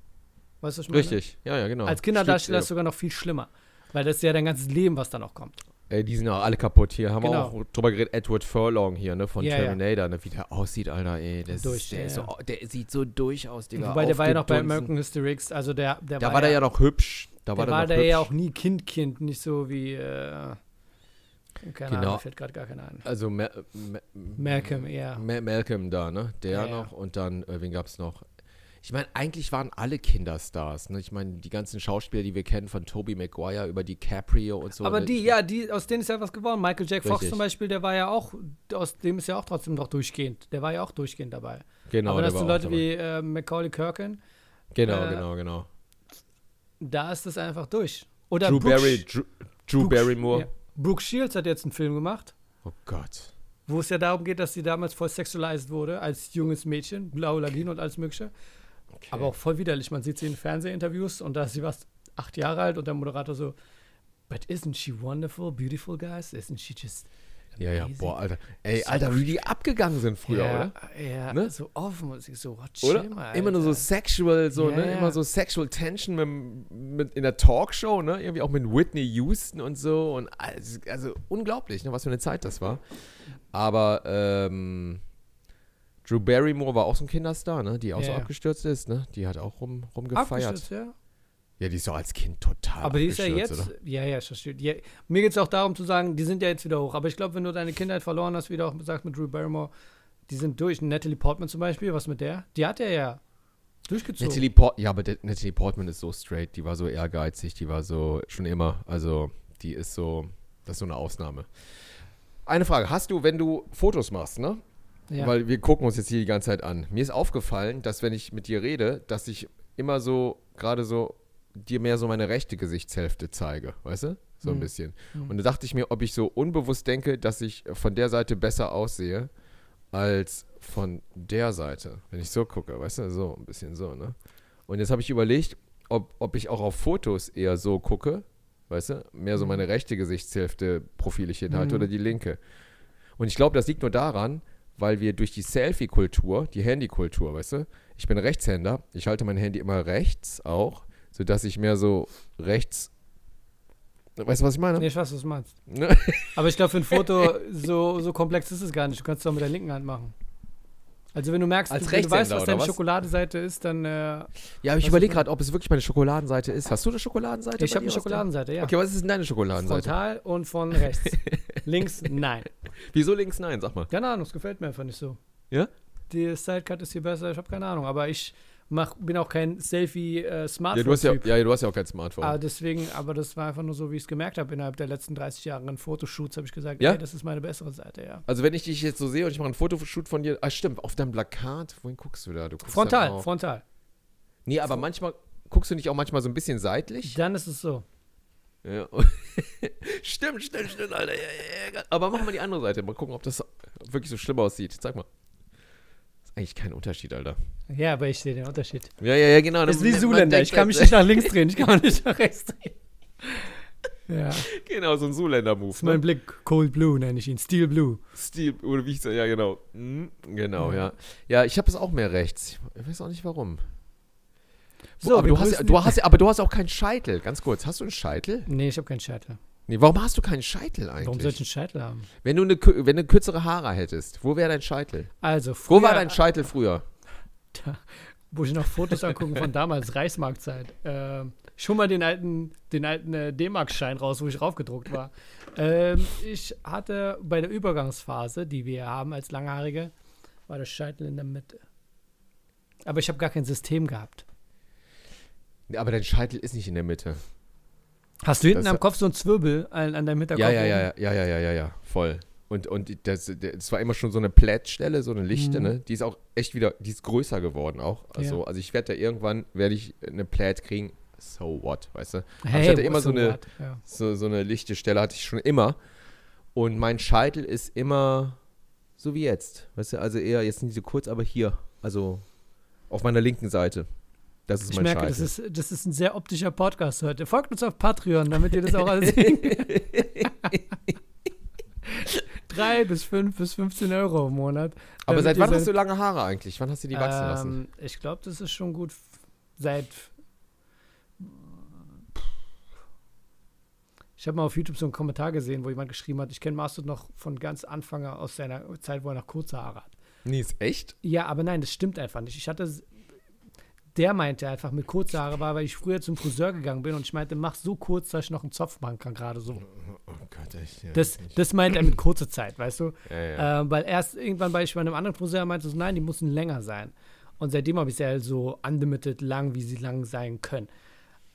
Speaker 2: Weißt du, was ich meine?
Speaker 1: Richtig, ja, ja, genau.
Speaker 2: ne? Als Kinderdarsteller ist es
Speaker 1: Stimmt,
Speaker 2: sogar noch viel schlimmer. Weil das ist ja dein ganzes Leben, was da noch kommt.
Speaker 1: äh, äh, Die sind ja alle kaputt hier. Haben
Speaker 2: Genau.
Speaker 1: wir auch drüber geredet. Edward Furlong hier, ne? Von
Speaker 2: Ja, ja.
Speaker 1: Terminator, ne? Wie der aussieht, Alter, ey. Das,
Speaker 2: Durch,
Speaker 1: ist- der,
Speaker 2: ja,
Speaker 1: ist
Speaker 2: ja.
Speaker 1: so, der sieht so durch aus, Digga.
Speaker 2: Wobei der war ja noch bei
Speaker 1: aufgedunsen.
Speaker 2: American History X, also der, der
Speaker 1: Da war der ja noch hübsch. Da
Speaker 2: der
Speaker 1: war der,
Speaker 2: war
Speaker 1: noch
Speaker 2: der
Speaker 1: hübsch.
Speaker 2: ja auch nie Kind-Kind, nicht so wie, äh, keine Ahnung,
Speaker 1: Genau.
Speaker 2: mir fällt gerade gar keiner ein.
Speaker 1: Also Ma Ma
Speaker 2: Malcolm, ja.
Speaker 1: Ma Malcolm da, ne? Der
Speaker 2: Ja, ja.
Speaker 1: noch und dann, äh, wen gab's noch? Ich meine, eigentlich waren alle Kinderstars, ne? Ich meine, die ganzen Schauspieler, die wir kennen, von Tobey Maguire über DiCaprio und so.
Speaker 2: Aber
Speaker 1: ne?
Speaker 2: die, ja, die, aus denen ist ja was geworden. Michael Jack Fox
Speaker 1: Richtig.
Speaker 2: zum Beispiel, der war ja auch, aus dem ist ja auch trotzdem noch durchgehend, der war ja auch durchgehend dabei.
Speaker 1: Genau,
Speaker 2: Aber
Speaker 1: der
Speaker 2: das
Speaker 1: war
Speaker 2: sind
Speaker 1: auch
Speaker 2: Leute
Speaker 1: dabei.
Speaker 2: wie äh, Macaulay Kirkin,
Speaker 1: Genau,
Speaker 2: äh,
Speaker 1: genau, genau.
Speaker 2: da ist es einfach durch. Oder
Speaker 1: Drew
Speaker 2: Brooke
Speaker 1: Barry,
Speaker 2: Sh-
Speaker 1: Drew, Drew
Speaker 2: Brooke Sh-
Speaker 1: Barrymore.
Speaker 2: Ja. Brooke Shields hat jetzt einen Film gemacht,
Speaker 1: Oh Gott.
Speaker 2: wo es ja darum geht, dass sie damals voll sexualized wurde, als junges Mädchen, blaue Lagine und alles Mögliche. Aber auch voll widerlich. Man sieht sie in Fernsehinterviews und da ist sie was acht Jahre alt und der Moderator so, but isn't she wonderful, beautiful, guys? Isn't she just.
Speaker 1: Ja, ja,
Speaker 2: amazing?"
Speaker 1: boah, Alter. Ey, Alter, wie die abgegangen sind früher,
Speaker 2: ja,
Speaker 1: oder?
Speaker 2: Ja,
Speaker 1: Ne?
Speaker 2: so offen und sie so, oh, chill
Speaker 1: Oder?
Speaker 2: mal,
Speaker 1: immer nur so
Speaker 2: Alter.
Speaker 1: sexual, so,
Speaker 2: Ja,
Speaker 1: ne?
Speaker 2: ja.
Speaker 1: Immer so sexual Tension mit, mit, in der Talkshow, ne? Irgendwie auch mit Whitney Houston und so. Und also, also unglaublich, ne? Was für eine Zeit das war. Aber ähm, Drew Barrymore war auch so ein Kinderstar, ne? Die auch so
Speaker 2: Ja, ja.
Speaker 1: abgestürzt ist, ne? Die hat auch rum, rumgefeiert.
Speaker 2: Abgestürzt, ja.
Speaker 1: Ja, die ist doch als Kind total
Speaker 2: Aber die ist ja
Speaker 1: abgestürzt,
Speaker 2: jetzt, ja, ja, ich verstehe. Ja, mir geht es auch darum zu sagen, die sind ja jetzt wieder hoch. Aber ich glaube, wenn du deine Kindheit verloren hast, wie du auch gesagt mit Drew Barrymore, die sind durch. Natalie Portman zum Beispiel, was mit der? Die hat er ja durchgezogen.
Speaker 1: Natalie Portman, ja, aber de- Natalie Portman ist so straight, die war so ehrgeizig, die war so schon immer, also die ist so, das ist so eine Ausnahme. Eine Frage, hast du, wenn du Fotos machst, ne?
Speaker 2: ja.
Speaker 1: Weil wir gucken uns jetzt hier die ganze Zeit an. Mir ist aufgefallen, dass wenn ich mit dir rede, dass ich immer so, gerade so, dir mehr so meine rechte Gesichtshälfte zeige, weißt du? So ein bisschen. Und da dachte ich mir, ob ich so unbewusst denke, dass ich von der Seite besser aussehe als von der Seite, wenn ich so gucke, weißt du? So, ein bisschen so, ne? Und jetzt habe ich überlegt, ob, ob ich auch auf Fotos eher so gucke, weißt du? Mehr
Speaker 2: Mhm.
Speaker 1: so meine rechte Gesichtshälfte profiliert halte oder die linke. Und ich glaube, das liegt nur daran, weil wir durch die Selfie-Kultur, die Handy-Kultur, weißt du, ich bin Rechtshänder, ich halte mein Handy immer rechts auch, sodass ich mehr so rechts. Weißt du, was ich meine?
Speaker 2: nee, ich weiß, was du meinst.
Speaker 1: Ne?
Speaker 2: Aber ich glaube, für ein Foto, so, so komplex ist es gar nicht. Du kannst es auch mit der linken Hand machen. Also wenn du merkst,
Speaker 1: Als
Speaker 2: du, wenn du weißt,
Speaker 1: Rechtshänder,
Speaker 2: was
Speaker 1: oder
Speaker 2: deine
Speaker 1: was?
Speaker 2: Schokoladenseite ist, dann äh,
Speaker 1: Ja, aber
Speaker 2: Was
Speaker 1: ich überlege
Speaker 2: ist
Speaker 1: gerade, ob es wirklich meine Schokoladenseite ist. Hast du eine Schokoladenseite?
Speaker 2: ich
Speaker 1: bei
Speaker 2: habe
Speaker 1: dir,
Speaker 2: eine
Speaker 1: Bastian?
Speaker 2: Schokoladenseite, ja.
Speaker 1: Okay, also was ist denn deine Schokoladenseite?
Speaker 2: Frontal und von rechts. Links, nein.
Speaker 1: Wieso links? Nein, sag mal.
Speaker 2: Keine Ahnung, es gefällt mir einfach nicht so.
Speaker 1: Ja?
Speaker 2: Die Sidecut ist hier besser, ich habe keine Ahnung, aber ich mach, bin auch kein
Speaker 1: Ja du, hast ja,
Speaker 2: Selfie-Smartphone-Typ.
Speaker 1: ja, du hast ja auch kein Smartphone.
Speaker 2: aber deswegen, aber das war einfach nur so, wie ich es gemerkt habe, innerhalb der letzten 30 Jahre in Fotoshoots habe ich gesagt,
Speaker 1: Ja?
Speaker 2: ey, das ist meine bessere Seite, ja.
Speaker 1: Also, wenn ich dich jetzt so sehe und ich mache ein Fotoshoot von dir. Ah, stimmt, auf deinem Plakat. Wohin guckst du da? Du guckst
Speaker 2: Frontal,
Speaker 1: da auch-
Speaker 2: frontal.
Speaker 1: Nee, aber manchmal. Guckst du nicht auch manchmal so ein bisschen seitlich?
Speaker 2: Dann ist es so. Mhm.
Speaker 1: Ja. stimmt, stimmt, stimmt, Alter. Ja, ja, ja. Aber machen wir die andere Seite. Mal gucken, ob das wirklich so schlimm aussieht. Zeig mal. Ist eigentlich kein Unterschied, Alter.
Speaker 2: Ja, aber ich sehe den Unterschied.
Speaker 1: Ja, ja, ja, genau.
Speaker 2: Das ist
Speaker 1: Man-
Speaker 2: wie
Speaker 1: man
Speaker 2: Zuländer,
Speaker 1: denkt, halt
Speaker 2: ich kann mich
Speaker 1: das-
Speaker 2: nicht nach links drehen, ich kann mich nicht nach rechts drehen. Ja.
Speaker 1: Genau, so ein Zuländer-Move.
Speaker 2: Das ist mein Blick. Cold Blue nenne ich ihn. Steel Blue.
Speaker 1: Steel, oder wie ich sage, ja, genau. Mhm, genau, ja. Ja, ich habe es auch mehr rechts. Ich weiß auch nicht warum.
Speaker 2: So,
Speaker 1: aber,
Speaker 2: wir
Speaker 1: du hast,
Speaker 2: grüßen-
Speaker 1: du hast, aber du hast auch keinen Scheitel, ganz kurz. Hast du einen Scheitel?
Speaker 2: Nee, ich habe keinen Scheitel.
Speaker 1: Nee, warum hast du keinen Scheitel eigentlich?
Speaker 2: Warum soll ich einen Scheitel haben?
Speaker 1: wenn, du eine, kü- wenn du kürzere Haare hättest, wo wäre dein Scheitel?
Speaker 2: Also,
Speaker 1: Wo
Speaker 2: früher,
Speaker 1: war dein Scheitel früher?
Speaker 2: da, wo ich noch Fotos angucken von damals, Reichsmarktzeit. Ähm, schon mal den alten, den alten äh, D-Mark-Schein raus, wo ich raufgedruckt war. Ähm, ich hatte bei der Übergangsphase, die wir haben als Langhaarige, war der Scheitel in der Mitte. Aber ich habe gar kein System gehabt.
Speaker 1: Nee, Aber dein Scheitel ist nicht in der Mitte.
Speaker 2: Hast du hinten
Speaker 1: Das-
Speaker 2: am Kopf so einen Zwirbel an, an deinem Hinterkopf?
Speaker 1: Ja, ja,
Speaker 2: oben?
Speaker 1: ja, ja, ja, ja, ja, ja, ja, voll. Und, und das, das war immer schon so eine Plättstelle, so eine Lichte, ne? Die ist auch echt wieder, die ist größer geworden auch. Also,
Speaker 2: Mhm. Ja.
Speaker 1: also ich werde da irgendwann, werde ich eine Plätt kriegen. So what, weißt du? Aber
Speaker 2: Hey,
Speaker 1: ich hatte
Speaker 2: wo
Speaker 1: immer
Speaker 2: ist
Speaker 1: so
Speaker 2: denn
Speaker 1: eine,
Speaker 2: Rad? Ja.
Speaker 1: so, so eine lichte Stelle, hatte ich schon immer. Und mein Scheitel ist immer so wie jetzt. Weißt du, also eher jetzt nicht so kurz, aber hier. Also auf meiner linken Seite. Das ist
Speaker 2: Ich
Speaker 1: mein
Speaker 2: merke,
Speaker 1: Scheitel.
Speaker 2: das ist, das ist ein sehr optischer Podcast heute. Folgt uns auf Patreon, damit ihr das auch alles sehen Drei bis fünf bis 15 Euro im Monat.
Speaker 1: aber
Speaker 2: damit
Speaker 1: seit
Speaker 2: ihr
Speaker 1: wann
Speaker 2: seine-
Speaker 1: hast du lange Haare eigentlich? Wann hast du die wachsen lassen?
Speaker 2: Ähm, ich glaube, das ist schon gut f- seit. Ich habe mal auf YouTube so einen Kommentar gesehen, wo jemand geschrieben hat, ich kenne Mastod noch von ganz Anfang an aus seiner Zeit, wo er noch kurze Haare hat.
Speaker 1: Nee, ist echt?
Speaker 2: Ja, aber nein, das stimmt einfach nicht. Ich hatte. s- Der meinte einfach, mit kurzer Haare war, weil ich früher zum Friseur gegangen bin und ich meinte, mach so kurz, dass ich noch einen Zopf machen kann, gerade so.
Speaker 1: Oh Gott, echt. Ja,
Speaker 2: Das, das meint er mit kurzer Zeit, weißt du?
Speaker 1: ja, ja.
Speaker 2: Ähm, weil erst irgendwann bei, ich bei einem anderen Friseur meinte, so, nein, die mussten länger sein. Und seitdem habe ich sie halt so unlimited lang, wie sie lang sein können.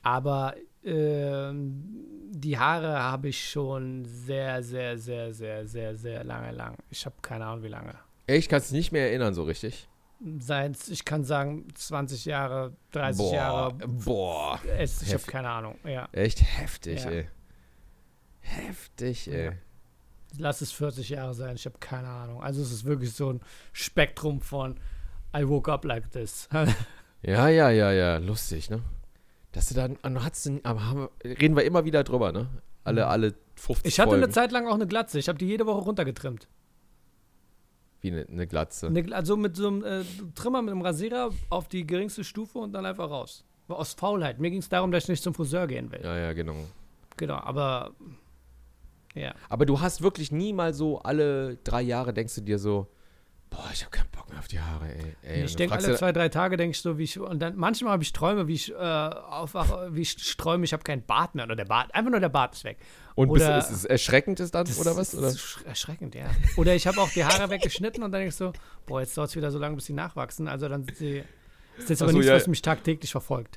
Speaker 2: Aber ähm, die Haare habe ich schon sehr, sehr, sehr, sehr, sehr, sehr lange lang. Ich habe keine Ahnung, wie lange.
Speaker 1: Ich kann es nicht mehr erinnern, so richtig.
Speaker 2: Seins, ich kann sagen, 20 Jahre, 30
Speaker 1: boah,
Speaker 2: Jahre.
Speaker 1: boah.
Speaker 2: Es, ich habe
Speaker 1: heftig.
Speaker 2: keine Ahnung. Ja,
Speaker 1: Echt heftig,
Speaker 2: Ja.
Speaker 1: ey. Heftig, ey.
Speaker 2: lass es 40 Jahre sein. Ich habe keine Ahnung. Also es ist wirklich so ein Spektrum von I woke up like this.
Speaker 1: Ja, ja, ja, ja. Lustig, ne? Dass du dann, und hat's denn, aber haben, wir- reden wir immer wieder drüber, ne? Alle, alle 50
Speaker 2: Mhm. Ich hatte eine
Speaker 1: Folgen.
Speaker 2: Zeit lang auch eine Glatze. Ich habe die jede Woche runtergetrimmt.
Speaker 1: Wie eine, eine Glatze.
Speaker 2: Eine, Gl- also mit so einem äh, Trimmer, mit einem Rasierer auf die geringste Stufe und dann einfach raus. War aus Faulheit. Mir ging es darum, dass ich nicht zum Friseur gehen will.
Speaker 1: Ja, ja, genau.
Speaker 2: Genau, aber ja.
Speaker 1: Aber du hast wirklich nie mal so alle drei Jahre denkst du dir so, boah, ich habe keinen Bock mehr auf die Haare, ey. ey und
Speaker 2: ich
Speaker 1: dann
Speaker 2: denke
Speaker 1: fragst
Speaker 2: alle
Speaker 1: du-
Speaker 2: zwei, drei Tage denke ich so, wie ich und dann manchmal habe ich Träume, wie ich äh, aufwache, wie ich träume, ich habe keinen Bart mehr oder der Bart, einfach nur der Bart ist weg.
Speaker 1: Und bist,
Speaker 2: oder-
Speaker 1: ist es erschreckend ist dann,
Speaker 2: Das
Speaker 1: oder was?
Speaker 2: ist
Speaker 1: Oder?
Speaker 2: sch- erschreckend, ja. Oder ich habe auch die Haare weggeschnitten und dann denke ich so, boah, jetzt dauert es wieder so lange, bis sie nachwachsen. Also dann sind sie. Ist jetzt
Speaker 1: Ach
Speaker 2: aber
Speaker 1: so,
Speaker 2: nichts,
Speaker 1: ja.
Speaker 2: was mich tagtäglich verfolgt.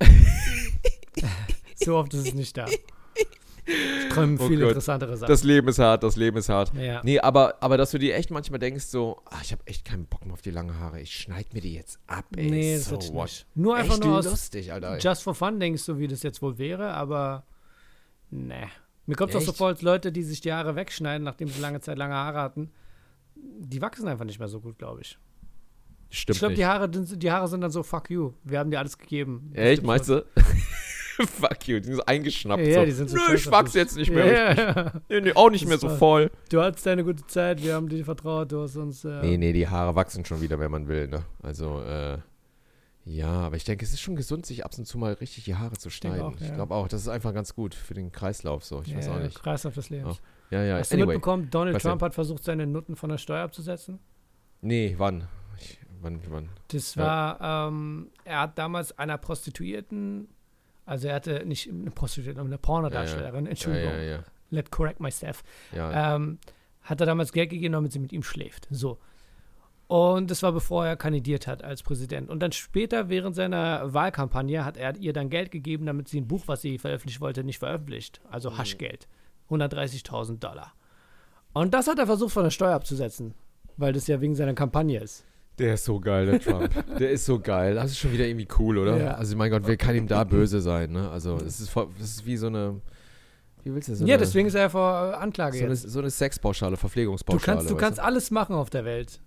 Speaker 2: so oft ist es nicht da. Ich träume
Speaker 1: Oh
Speaker 2: viel
Speaker 1: Gott.
Speaker 2: interessantere Sachen.
Speaker 1: Das Leben ist hart, das Leben ist hart.
Speaker 2: ja.
Speaker 1: Nee, aber, aber dass du dir echt manchmal denkst, so, ah, ich habe echt keinen Bock mehr auf die langen Haare, ich schneide mir die jetzt ab, ey.
Speaker 2: Nee, das
Speaker 1: so
Speaker 2: wird
Speaker 1: what?
Speaker 2: nicht. Nur
Speaker 1: Echt
Speaker 2: einfach nur aus
Speaker 1: lustig, Alter. ey.
Speaker 2: Just for Fun denkst du, wie das jetzt wohl wäre, aber ne. Mir kommt es auch so
Speaker 1: Echt?
Speaker 2: vor, als Leute, die sich die Haare wegschneiden, nachdem sie lange Zeit lange Haare hatten, die wachsen einfach nicht mehr so gut, glaube ich.
Speaker 1: Stimmt
Speaker 2: ich glaube,
Speaker 1: nicht.
Speaker 2: die Haare, die Haare sind dann so, fuck you, wir haben dir alles gegeben.
Speaker 1: Echt, meinst du? Fuck you, die sind so eingeschnappt.
Speaker 2: Ja,
Speaker 1: so.
Speaker 2: die sind so
Speaker 1: Nö,
Speaker 2: scheiße,
Speaker 1: ich wachs
Speaker 2: das-
Speaker 1: jetzt nicht
Speaker 2: Ja,
Speaker 1: mehr.
Speaker 2: ja.
Speaker 1: Nee, nee, auch nicht
Speaker 2: Das
Speaker 1: mehr so
Speaker 2: war-
Speaker 1: voll.
Speaker 2: Du hattest deine gute Zeit, wir haben dir vertraut, du hast uns. Äh,
Speaker 1: Nee, nee, die Haare wachsen schon wieder, wenn man will, ne? Also, äh, ja, aber ich denke, es ist schon gesund, sich ab und zu mal richtig die Haare zu
Speaker 2: denke
Speaker 1: schneiden.
Speaker 2: auch,
Speaker 1: Ich
Speaker 2: ja.
Speaker 1: glaube auch, das ist einfach ganz gut für den Kreislauf so. Ich weiß
Speaker 2: ja,
Speaker 1: auch nicht.
Speaker 2: Kreislauf des Lebens.
Speaker 1: Ja, ja,
Speaker 2: Hast du
Speaker 1: anyway.
Speaker 2: mitbekommen, Donald
Speaker 1: was
Speaker 2: Trump hat versucht, seine Nutten von der Steuer abzusetzen?
Speaker 1: Nee, wann? Ich, wann, wann?
Speaker 2: Das
Speaker 1: Ja.
Speaker 2: war, ähm, er hat damals einer Prostituierten, also er hatte nicht eine Prostituierte, eine Pornodarstellerin,
Speaker 1: Ja,
Speaker 2: Entschuldigung,
Speaker 1: ja, ja.
Speaker 2: let correct myself,
Speaker 1: ja.
Speaker 2: ähm, hat er damals Geld gegeben, damit sie mit ihm schläft. So. Und das war bevor er kandidiert hat als Präsident. Und dann später, während seiner Wahlkampagne, hat er ihr dann Geld gegeben, damit sie ein Buch, was sie veröffentlichen wollte, nicht veröffentlicht.
Speaker 1: Mhm.
Speaker 2: Also Haschgeld. 130.000 Dollar. Und das hat er versucht, von der Steuer abzusetzen, weil das ja wegen seiner Kampagne ist.
Speaker 1: Der ist so geil, der Trump. der ist so geil. Das ist schon wieder irgendwie cool, oder?
Speaker 2: Ja.
Speaker 1: Also, mein Gott, wer kann ihm da böse sein, ne? Also, es ist, voll, es ist wie so eine. Wie willst du das? So
Speaker 2: ja,
Speaker 1: eine,
Speaker 2: deswegen ist er ja vor äh, Anklage
Speaker 1: Also So eine,
Speaker 2: jetzt.
Speaker 1: so eine Sexpauschale,
Speaker 2: Du
Speaker 1: Verpflegungspauschale.
Speaker 2: kannst, du
Speaker 1: weißt
Speaker 2: kannst alles machen auf der Welt.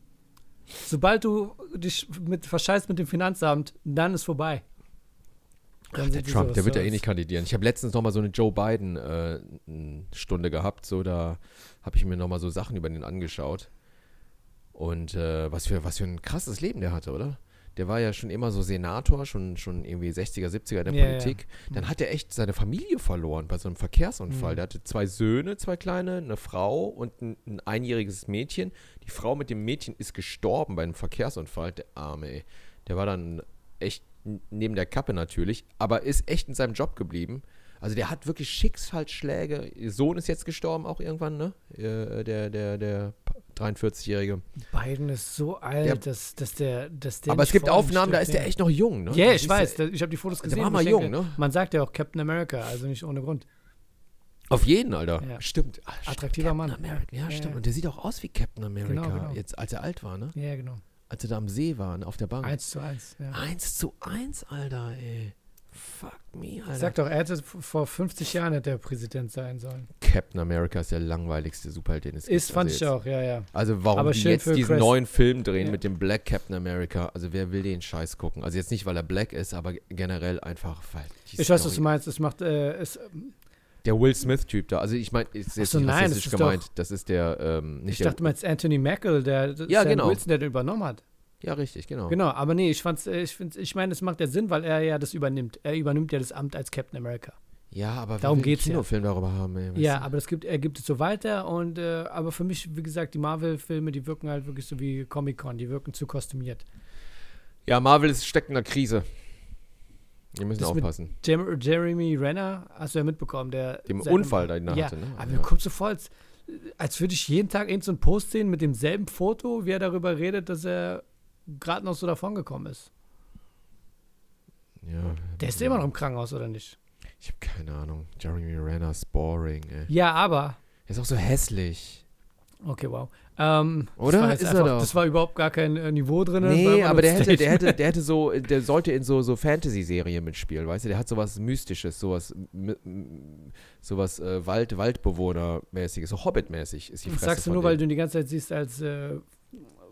Speaker 2: Sobald du dich mit, verscheißt mit dem Finanzamt, dann ist vorbei. Dann
Speaker 1: Der
Speaker 2: sind die
Speaker 1: Trump, der
Speaker 2: sowas
Speaker 1: wird ja eh
Speaker 2: sowas.
Speaker 1: nicht kandidieren. Ich habe letztens nochmal so eine Joe Biden-Stunde gehabt. So, da habe ich mir nochmal so Sachen über den angeschaut. Und äh, was, für, was für ein krasses Leben der hatte, oder? Der war ja schon immer so Senator, schon, schon irgendwie 60er, 70er in der
Speaker 2: Ja, ja.
Speaker 1: Politik.
Speaker 2: Hm.
Speaker 1: Dann hat er echt seine Familie verloren bei so einem Verkehrsunfall.
Speaker 2: Mhm.
Speaker 1: Der hatte zwei Söhne, zwei kleine, eine Frau und ein, ein einjähriges Mädchen. Die Frau mit dem Mädchen ist gestorben bei einem Verkehrsunfall. Der Arme, ey. Der war dann echt n- neben der Kappe natürlich, aber ist echt in seinem Job geblieben. Also der hat wirklich Schicksalsschläge. Ihr Sohn ist jetzt gestorben auch irgendwann, ne? Äh, Der, der, der 43-Jährige.
Speaker 2: Biden ist so alt,
Speaker 1: Der-
Speaker 2: dass, dass der, dass der.
Speaker 1: Aber es
Speaker 2: nicht
Speaker 1: gibt
Speaker 2: vor einem
Speaker 1: Aufnahmen, da
Speaker 2: stirbt,
Speaker 1: ist der
Speaker 2: ja.
Speaker 1: echt noch jung, ne?
Speaker 2: Ja,
Speaker 1: Da
Speaker 2: ich
Speaker 1: siehst du-
Speaker 2: weiß, da- ich habe die Fotos
Speaker 1: der
Speaker 2: gesehen.
Speaker 1: war
Speaker 2: und
Speaker 1: mal
Speaker 2: ich
Speaker 1: jung, ne?
Speaker 2: Man sagt ja auch Captain America, also nicht ohne Grund.
Speaker 1: Auf jeden, Alter.
Speaker 2: Ja.
Speaker 1: Stimmt. Ah, stimmt.
Speaker 2: Attraktiver Mann.
Speaker 1: America. Ja,
Speaker 2: Ja,
Speaker 1: stimmt.
Speaker 2: ja.
Speaker 1: Und der sieht auch aus wie Captain America,
Speaker 2: genau.
Speaker 1: jetzt als er alt war, ne?
Speaker 2: Ja, genau.
Speaker 1: Als er da am See war, ne? auf der Bank.
Speaker 2: Eins zu eins. Ja.
Speaker 1: Eins zu eins, Alter, ey. Fuck me, Alter.
Speaker 2: Sag doch, er hätte f- vor 50 Jahren hätte er Präsident sein sollen.
Speaker 1: Captain America ist der langweiligste Superheld, den es gibt.
Speaker 2: Ist, fand
Speaker 1: also
Speaker 2: ich
Speaker 1: jetzt-
Speaker 2: auch, ja, ja.
Speaker 1: Also warum
Speaker 2: Aber
Speaker 1: die
Speaker 2: schön
Speaker 1: jetzt
Speaker 2: für
Speaker 1: diesen
Speaker 2: Chris.
Speaker 1: neuen Film drehen
Speaker 2: Ja.
Speaker 1: mit dem Black Captain America? Also wer will den Scheiß gucken? Also jetzt nicht, weil er black ist, aber generell einfach, weil die
Speaker 2: Ich weiß, was
Speaker 1: Story-
Speaker 2: du meinst. Es macht, äh, es,
Speaker 1: Der Will Smith-Typ da. Also ich meine, ist jetzt
Speaker 2: so,
Speaker 1: nicht
Speaker 2: nein, das
Speaker 1: rassistisch
Speaker 2: ist
Speaker 1: gemeint. Das ist der, ähm, nicht
Speaker 2: ich dachte mal, es ist Anthony Mackel, der der
Speaker 1: Ja,
Speaker 2: Sam
Speaker 1: genau.
Speaker 2: Wilson, der den übernommen hat.
Speaker 1: der... Ja, richtig, genau.
Speaker 2: Genau, aber nee, ich fand's, äh, ich find's, ich meine, es macht ja Sinn, weil er ja das übernimmt. Er übernimmt ja das Amt als Captain America.
Speaker 1: Ja, aber wer
Speaker 2: Darum
Speaker 1: will einen
Speaker 2: geht's ja.
Speaker 1: Kinofilm darüber haben, ey, weißt
Speaker 2: Ja,
Speaker 1: du?
Speaker 2: aber das gibt, er gibt es so weiter und äh, aber für mich, wie gesagt, die Marvel-Filme, die wirken halt wirklich so wie Comic-Con, die wirken zu kostümiert.
Speaker 1: ja, Marvel ist steckt in einer Krise. Wir müssen
Speaker 2: Das mit-
Speaker 1: aufpassen.
Speaker 2: Jem Jeremy Renner, hast du ja mitbekommen, der
Speaker 1: Dem
Speaker 2: seit-
Speaker 1: Unfall, den er
Speaker 2: ja,
Speaker 1: hatte, ne?
Speaker 2: Aber
Speaker 1: Ja.
Speaker 2: mir kommt so vor, als, als würde ich jeden Tag eben so einen Post sehen mit demselben Foto, wie er darüber redet, dass er gerade noch so davongekommen ist.
Speaker 1: Ja.
Speaker 2: Der ist immer noch im Krankenhaus, oder nicht?
Speaker 1: Ich habe keine Ahnung. Jeremy Renner ist boring, ey.
Speaker 2: Ja, aber.
Speaker 1: Er ist auch so hässlich.
Speaker 2: Okay, wow. Ähm,
Speaker 1: Oder?
Speaker 2: Das war, jetzt
Speaker 1: Ist er
Speaker 2: einfach,
Speaker 1: doch.
Speaker 2: das war überhaupt gar kein äh, Niveau drin. das war
Speaker 1: Nee,
Speaker 2: einfach nur
Speaker 1: aber der
Speaker 2: ein
Speaker 1: hätte, der
Speaker 2: Statement.
Speaker 1: hätte, der hätte so, der sollte in so, so Fantasy-Serien mitspielen, weißt du? Der hat sowas Mystisches, sowas, m- m- sowas äh, Wald, Waldbewohner-mäßiges, so Hobbit-mäßig ist die
Speaker 2: Das
Speaker 1: Fresse
Speaker 2: sagst du
Speaker 1: von
Speaker 2: nur,
Speaker 1: dem.
Speaker 2: weil du ihn die ganze Zeit siehst als äh,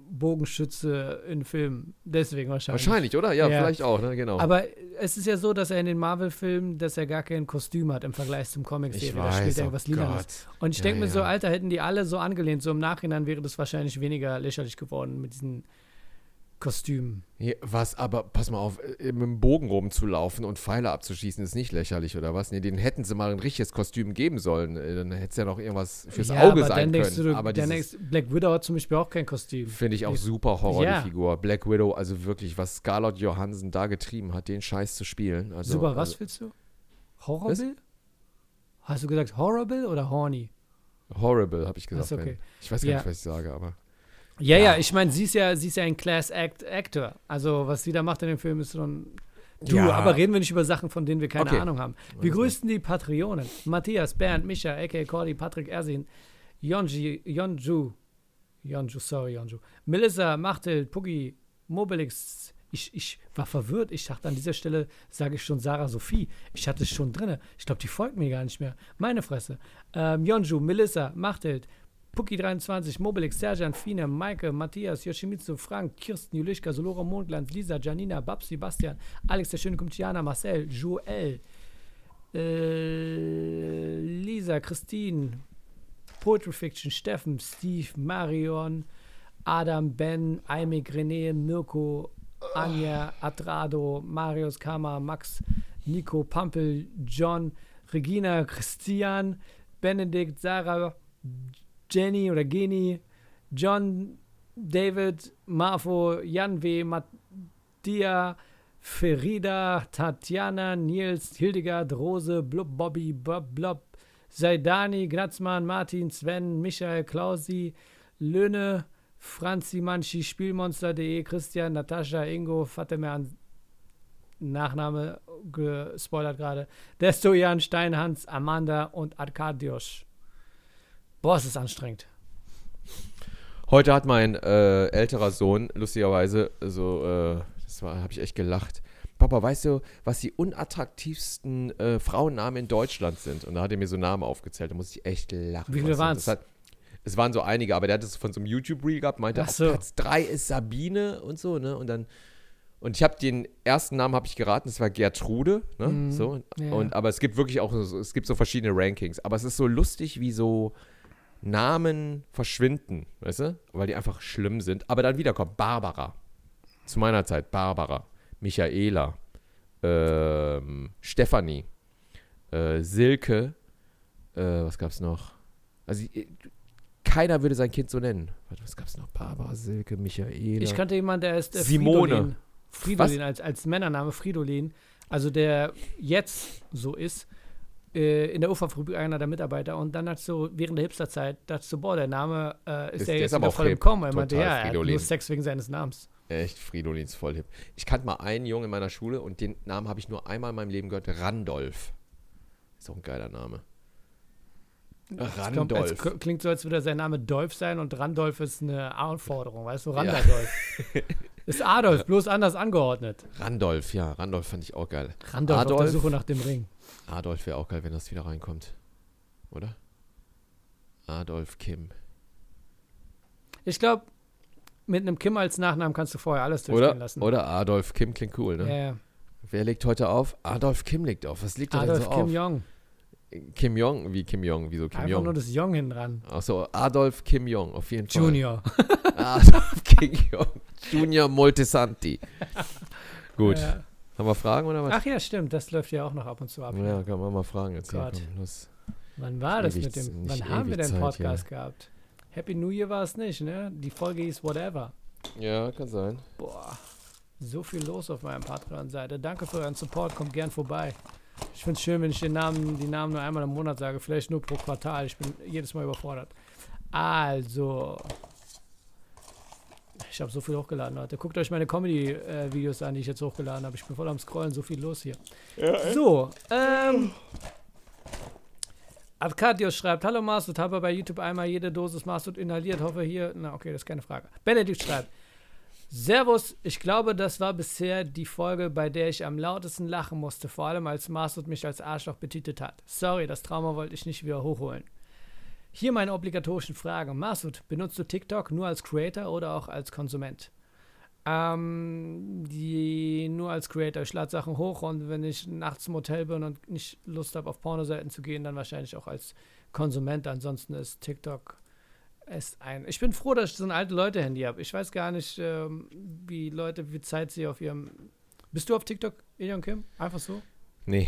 Speaker 2: Bogenschütze in Filmen. Deswegen wahrscheinlich.
Speaker 1: Wahrscheinlich, oder? Ja,
Speaker 2: Ja.
Speaker 1: vielleicht auch, ne? Genau.
Speaker 2: Aber es ist ja so, dass er in den Marvel-Filmen, dass er gar kein Kostüm hat im Vergleich zum Comic-Serie. Da spielt er
Speaker 1: oh
Speaker 2: irgendwas Lilanes. Und ich
Speaker 1: Ja,
Speaker 2: denke mir so,
Speaker 1: ja.
Speaker 2: Alter, hätten die alle so angelehnt, so im Nachhinein wäre das wahrscheinlich weniger lächerlich geworden mit diesen Kostümen.
Speaker 1: Ja, was aber, pass mal auf, äh, mit dem Bogen rumzulaufen und Pfeile abzuschießen ist nicht lächerlich, oder was? Nee, denen hätten sie mal ein richtiges Kostüm geben sollen. Äh, Dann hätte es ja noch irgendwas fürs
Speaker 2: ja,
Speaker 1: Auge
Speaker 2: aber
Speaker 1: sein
Speaker 2: dann denkst
Speaker 1: können.
Speaker 2: Du,
Speaker 1: aber
Speaker 2: dann
Speaker 1: dieses,
Speaker 2: denkst, Black Widow hat zum Beispiel auch kein Kostüm.
Speaker 1: Finde ich auch super Horror,
Speaker 2: Ja.
Speaker 1: die Figur. Black Widow, also wirklich, was Scarlett Johansson da getrieben hat, den Scheiß zu spielen. Also,
Speaker 2: Super, was
Speaker 1: also,
Speaker 2: willst du? Horrible? Hast du gesagt Horrible oder Horny?
Speaker 1: Horrible, habe ich gesagt.
Speaker 2: Ist okay.
Speaker 1: Ben. Ich weiß gar
Speaker 2: Ja.
Speaker 1: nicht, was ich sage, aber.
Speaker 2: Ja,
Speaker 1: Ja.
Speaker 2: ja, ich meine, sie ist ja, sie ist ja ein Class Act Actor. Also, was sie da macht in dem Film ist schon. Du,
Speaker 1: Ja.
Speaker 2: aber reden wir nicht über Sachen, von denen wir keine
Speaker 1: Okay.
Speaker 2: Ahnung haben. Wir grüßen die Patreonen. Matthias, Bernd, Micha, a.k.a. Cordy, Patrick, Ersin, Yonji, Yonju, Yonju, sorry, Yonju, Melissa, Machtel, Puggy, Mobilix. Ich, ich war verwirrt. Ich dachte, an dieser Stelle sage ich schon Sarah Sophie. Ich hatte es schon drinne. Ich glaube, die folgt mir gar nicht mehr. Meine Fresse. Ähm, Yonju, Melissa, Machtelt, Puki23, Mobilix, Serjan, Fine, Maike, Matthias, Yoshimitsu, Frank, Kirsten, Julischka, Solora, Mondland, Lisa, Janina, Babs, Sebastian, Alex, der Schöne kommt, Jana, Marcel, Joel, äh, Lisa, Christine, Poetry Fiction, Steffen, Steve, Marion, Adam, Ben, Aimik, René, Mirko, Anja, Adrado, Marius, Kama, Max, Nico, Pampel, John, Regina, Christian, Benedikt, Sarah, Jenny oder Geni, John, David, Marvo, Jan W., Mattia, Ferida, Tatjana, Nils, Hildegard, Rose, Blub, Bobby, Bob, Blob, Seidani, Gratzmann, Martin, Sven, Michael, Klausi, Löhne, Franzi Manchi, Spielmonster.de, Christian, Natascha, Ingo, Fateman, Nachname gespoilert gerade, Destojan, Steinhans, Amanda und Arkadiusz. Boah, es ist anstrengend.
Speaker 1: Heute hat mein äh, älterer Sohn, lustigerweise, so, äh, das war, habe ich echt gelacht. Papa, weißt du, was die unattraktivsten äh, Frauennamen in Deutschland sind? Und da hat er mir so Namen aufgezählt, da musste ich echt lachen.
Speaker 2: Wie viele
Speaker 1: Weißt du,
Speaker 2: waren's?
Speaker 1: das hat- Es waren so einige, aber der hat es von so einem YouTube-Reel gehabt, meinte,
Speaker 2: Ach
Speaker 1: auf
Speaker 2: so.
Speaker 1: Platz 3 ist Sabine und so, ne? Und dann, Und ich habe den ersten Namen habe ich geraten, das war Gertrude, ne? So.
Speaker 2: Mhm. ja.
Speaker 1: Und aber es gibt wirklich auch so, es gibt so verschiedene Rankings, aber es ist so lustig, wie so Namen verschwinden, weißt du? Weil die einfach schlimm sind, aber dann wiederkommt Barbara. Zu meiner Zeit Barbara, Michaela, ähm, Stefanie, äh, Silke, äh, was gab's noch? Also äh, keiner würde sein Kind so nennen. Warte, was gab's noch? Barbara, Silke, Michaela.
Speaker 2: Ich kannte jemanden, der ist äh,
Speaker 1: Genau. Simone.
Speaker 2: Fridolin. Fridolin als, als Männername Fridolin. Also der jetzt so ist, äh, in der Uferfabrik einer der Mitarbeiter. Und dann hat so während der Hipsterzeit dachte so, boah, der Name äh, ist,
Speaker 1: Ist-
Speaker 2: ja
Speaker 1: der ist
Speaker 2: jetzt
Speaker 1: aber
Speaker 2: wieder
Speaker 1: auch
Speaker 2: voll im
Speaker 1: hip.
Speaker 2: Kommen. Er meinte,
Speaker 1: Total
Speaker 2: ja, er hat
Speaker 1: Fridolin.
Speaker 2: nur Sex wegen seines Namens.
Speaker 1: Echt, Fridolin ist voll hip. Ich kannte mal einen Jungen in meiner Schule und den Namen habe ich nur einmal in meinem Leben gehört. Randolph. Ist auch ein geiler Name.
Speaker 2: Das kommt- als-
Speaker 1: Randolph.
Speaker 2: klingt so, als würde sein Name Dolph sein und Randolph ist eine Anforderung, weißt du?
Speaker 1: Ja.
Speaker 2: Randolph. ist Adolf, bloß anders angeordnet.
Speaker 1: Randolph, ja. Randolph fand ich auch geil.
Speaker 2: Randolph auf der
Speaker 1: Adolf?
Speaker 2: Suche nach dem Ring.
Speaker 1: Adolf wäre auch geil, wenn das wieder reinkommt. Oder? Adolf Kim.
Speaker 2: Ich glaube, mit einem Kim als Nachnamen kannst du vorher alles durchgehen
Speaker 1: Oder,
Speaker 2: lassen.
Speaker 1: oder Adolf Kim klingt cool, ne?
Speaker 2: Ja, ja.
Speaker 1: Wer legt heute auf? Adolf Kim legt auf. Was legt er denn
Speaker 2: Adolf
Speaker 1: so
Speaker 2: Kim
Speaker 1: auf?
Speaker 2: Jong.
Speaker 1: Kim Jong? Wie Kim Jong? Wieso Kim
Speaker 2: Einfach nur
Speaker 1: Jong?
Speaker 2: das Jong hinten dran.
Speaker 1: Achso, Adolf Kim Jong, auf jeden Fall.
Speaker 2: Junior.
Speaker 1: Adolf King Jong. um Junior Moltisanti. Gut.
Speaker 2: Ja.
Speaker 1: Haben wir Fragen oder was?
Speaker 2: Ach ja, stimmt. Das läuft ja auch noch ab und zu ab.
Speaker 1: ja, kann man mal fragen jetzt. Hier,
Speaker 2: Gott.
Speaker 1: komm, los.
Speaker 2: Wann war das
Speaker 1: Ewig-
Speaker 2: mit dem?
Speaker 1: nicht
Speaker 2: Wann haben wir
Speaker 1: ewig
Speaker 2: denn
Speaker 1: Zeit,
Speaker 2: Podcast gehabt? Happy New Year war es nicht, ne? Die Folge hieß Whatever.
Speaker 1: Ja, kann sein.
Speaker 2: Boah, so viel los auf meiner Patreon-Seite. Danke für euren Support, kommt gern vorbei. Ich finde es schön, wenn ich den Namen, die Namen nur einmal im Monat sage, vielleicht nur pro Quartal. Ich bin jedes Mal überfordert. Also, ich habe so viel hochgeladen, Leute. Guckt euch meine Comedy-Videos an, die ich jetzt hochgeladen habe. Ich bin voll am Scrollen, so viel los hier. so, ähm. Arkadius schreibt, hallo Mastod, habe bei YouTube einmal jede Dosis Mastod inhaliert, hoffe hier, na okay, das ist keine Frage. Benedikt schreibt, Servus, ich glaube, das war bisher die Folge, bei der ich am lautesten lachen musste, vor allem als Marsud mich als Arschloch betitelt hat. Sorry, das Trauma wollte ich nicht wieder hochholen. Hier meine obligatorischen Fragen. Marsud, benutzt du TikTok nur als Creator oder auch als Konsument? Ähm, die nur als Creator. Ich lade Sachen hoch und wenn ich nachts im Hotel bin und nicht Lust habe, auf Pornoseiten zu gehen, dann wahrscheinlich auch als Konsument. Ansonsten ist TikTok es ein. Ich bin froh, dass ich so ein alte Leute-Handy habe. Ich weiß gar nicht, ähm, wie Leute, wie Zeit sie auf ihrem. Bist du auf TikTok, Ilion Kim? Einfach so?
Speaker 1: Nee,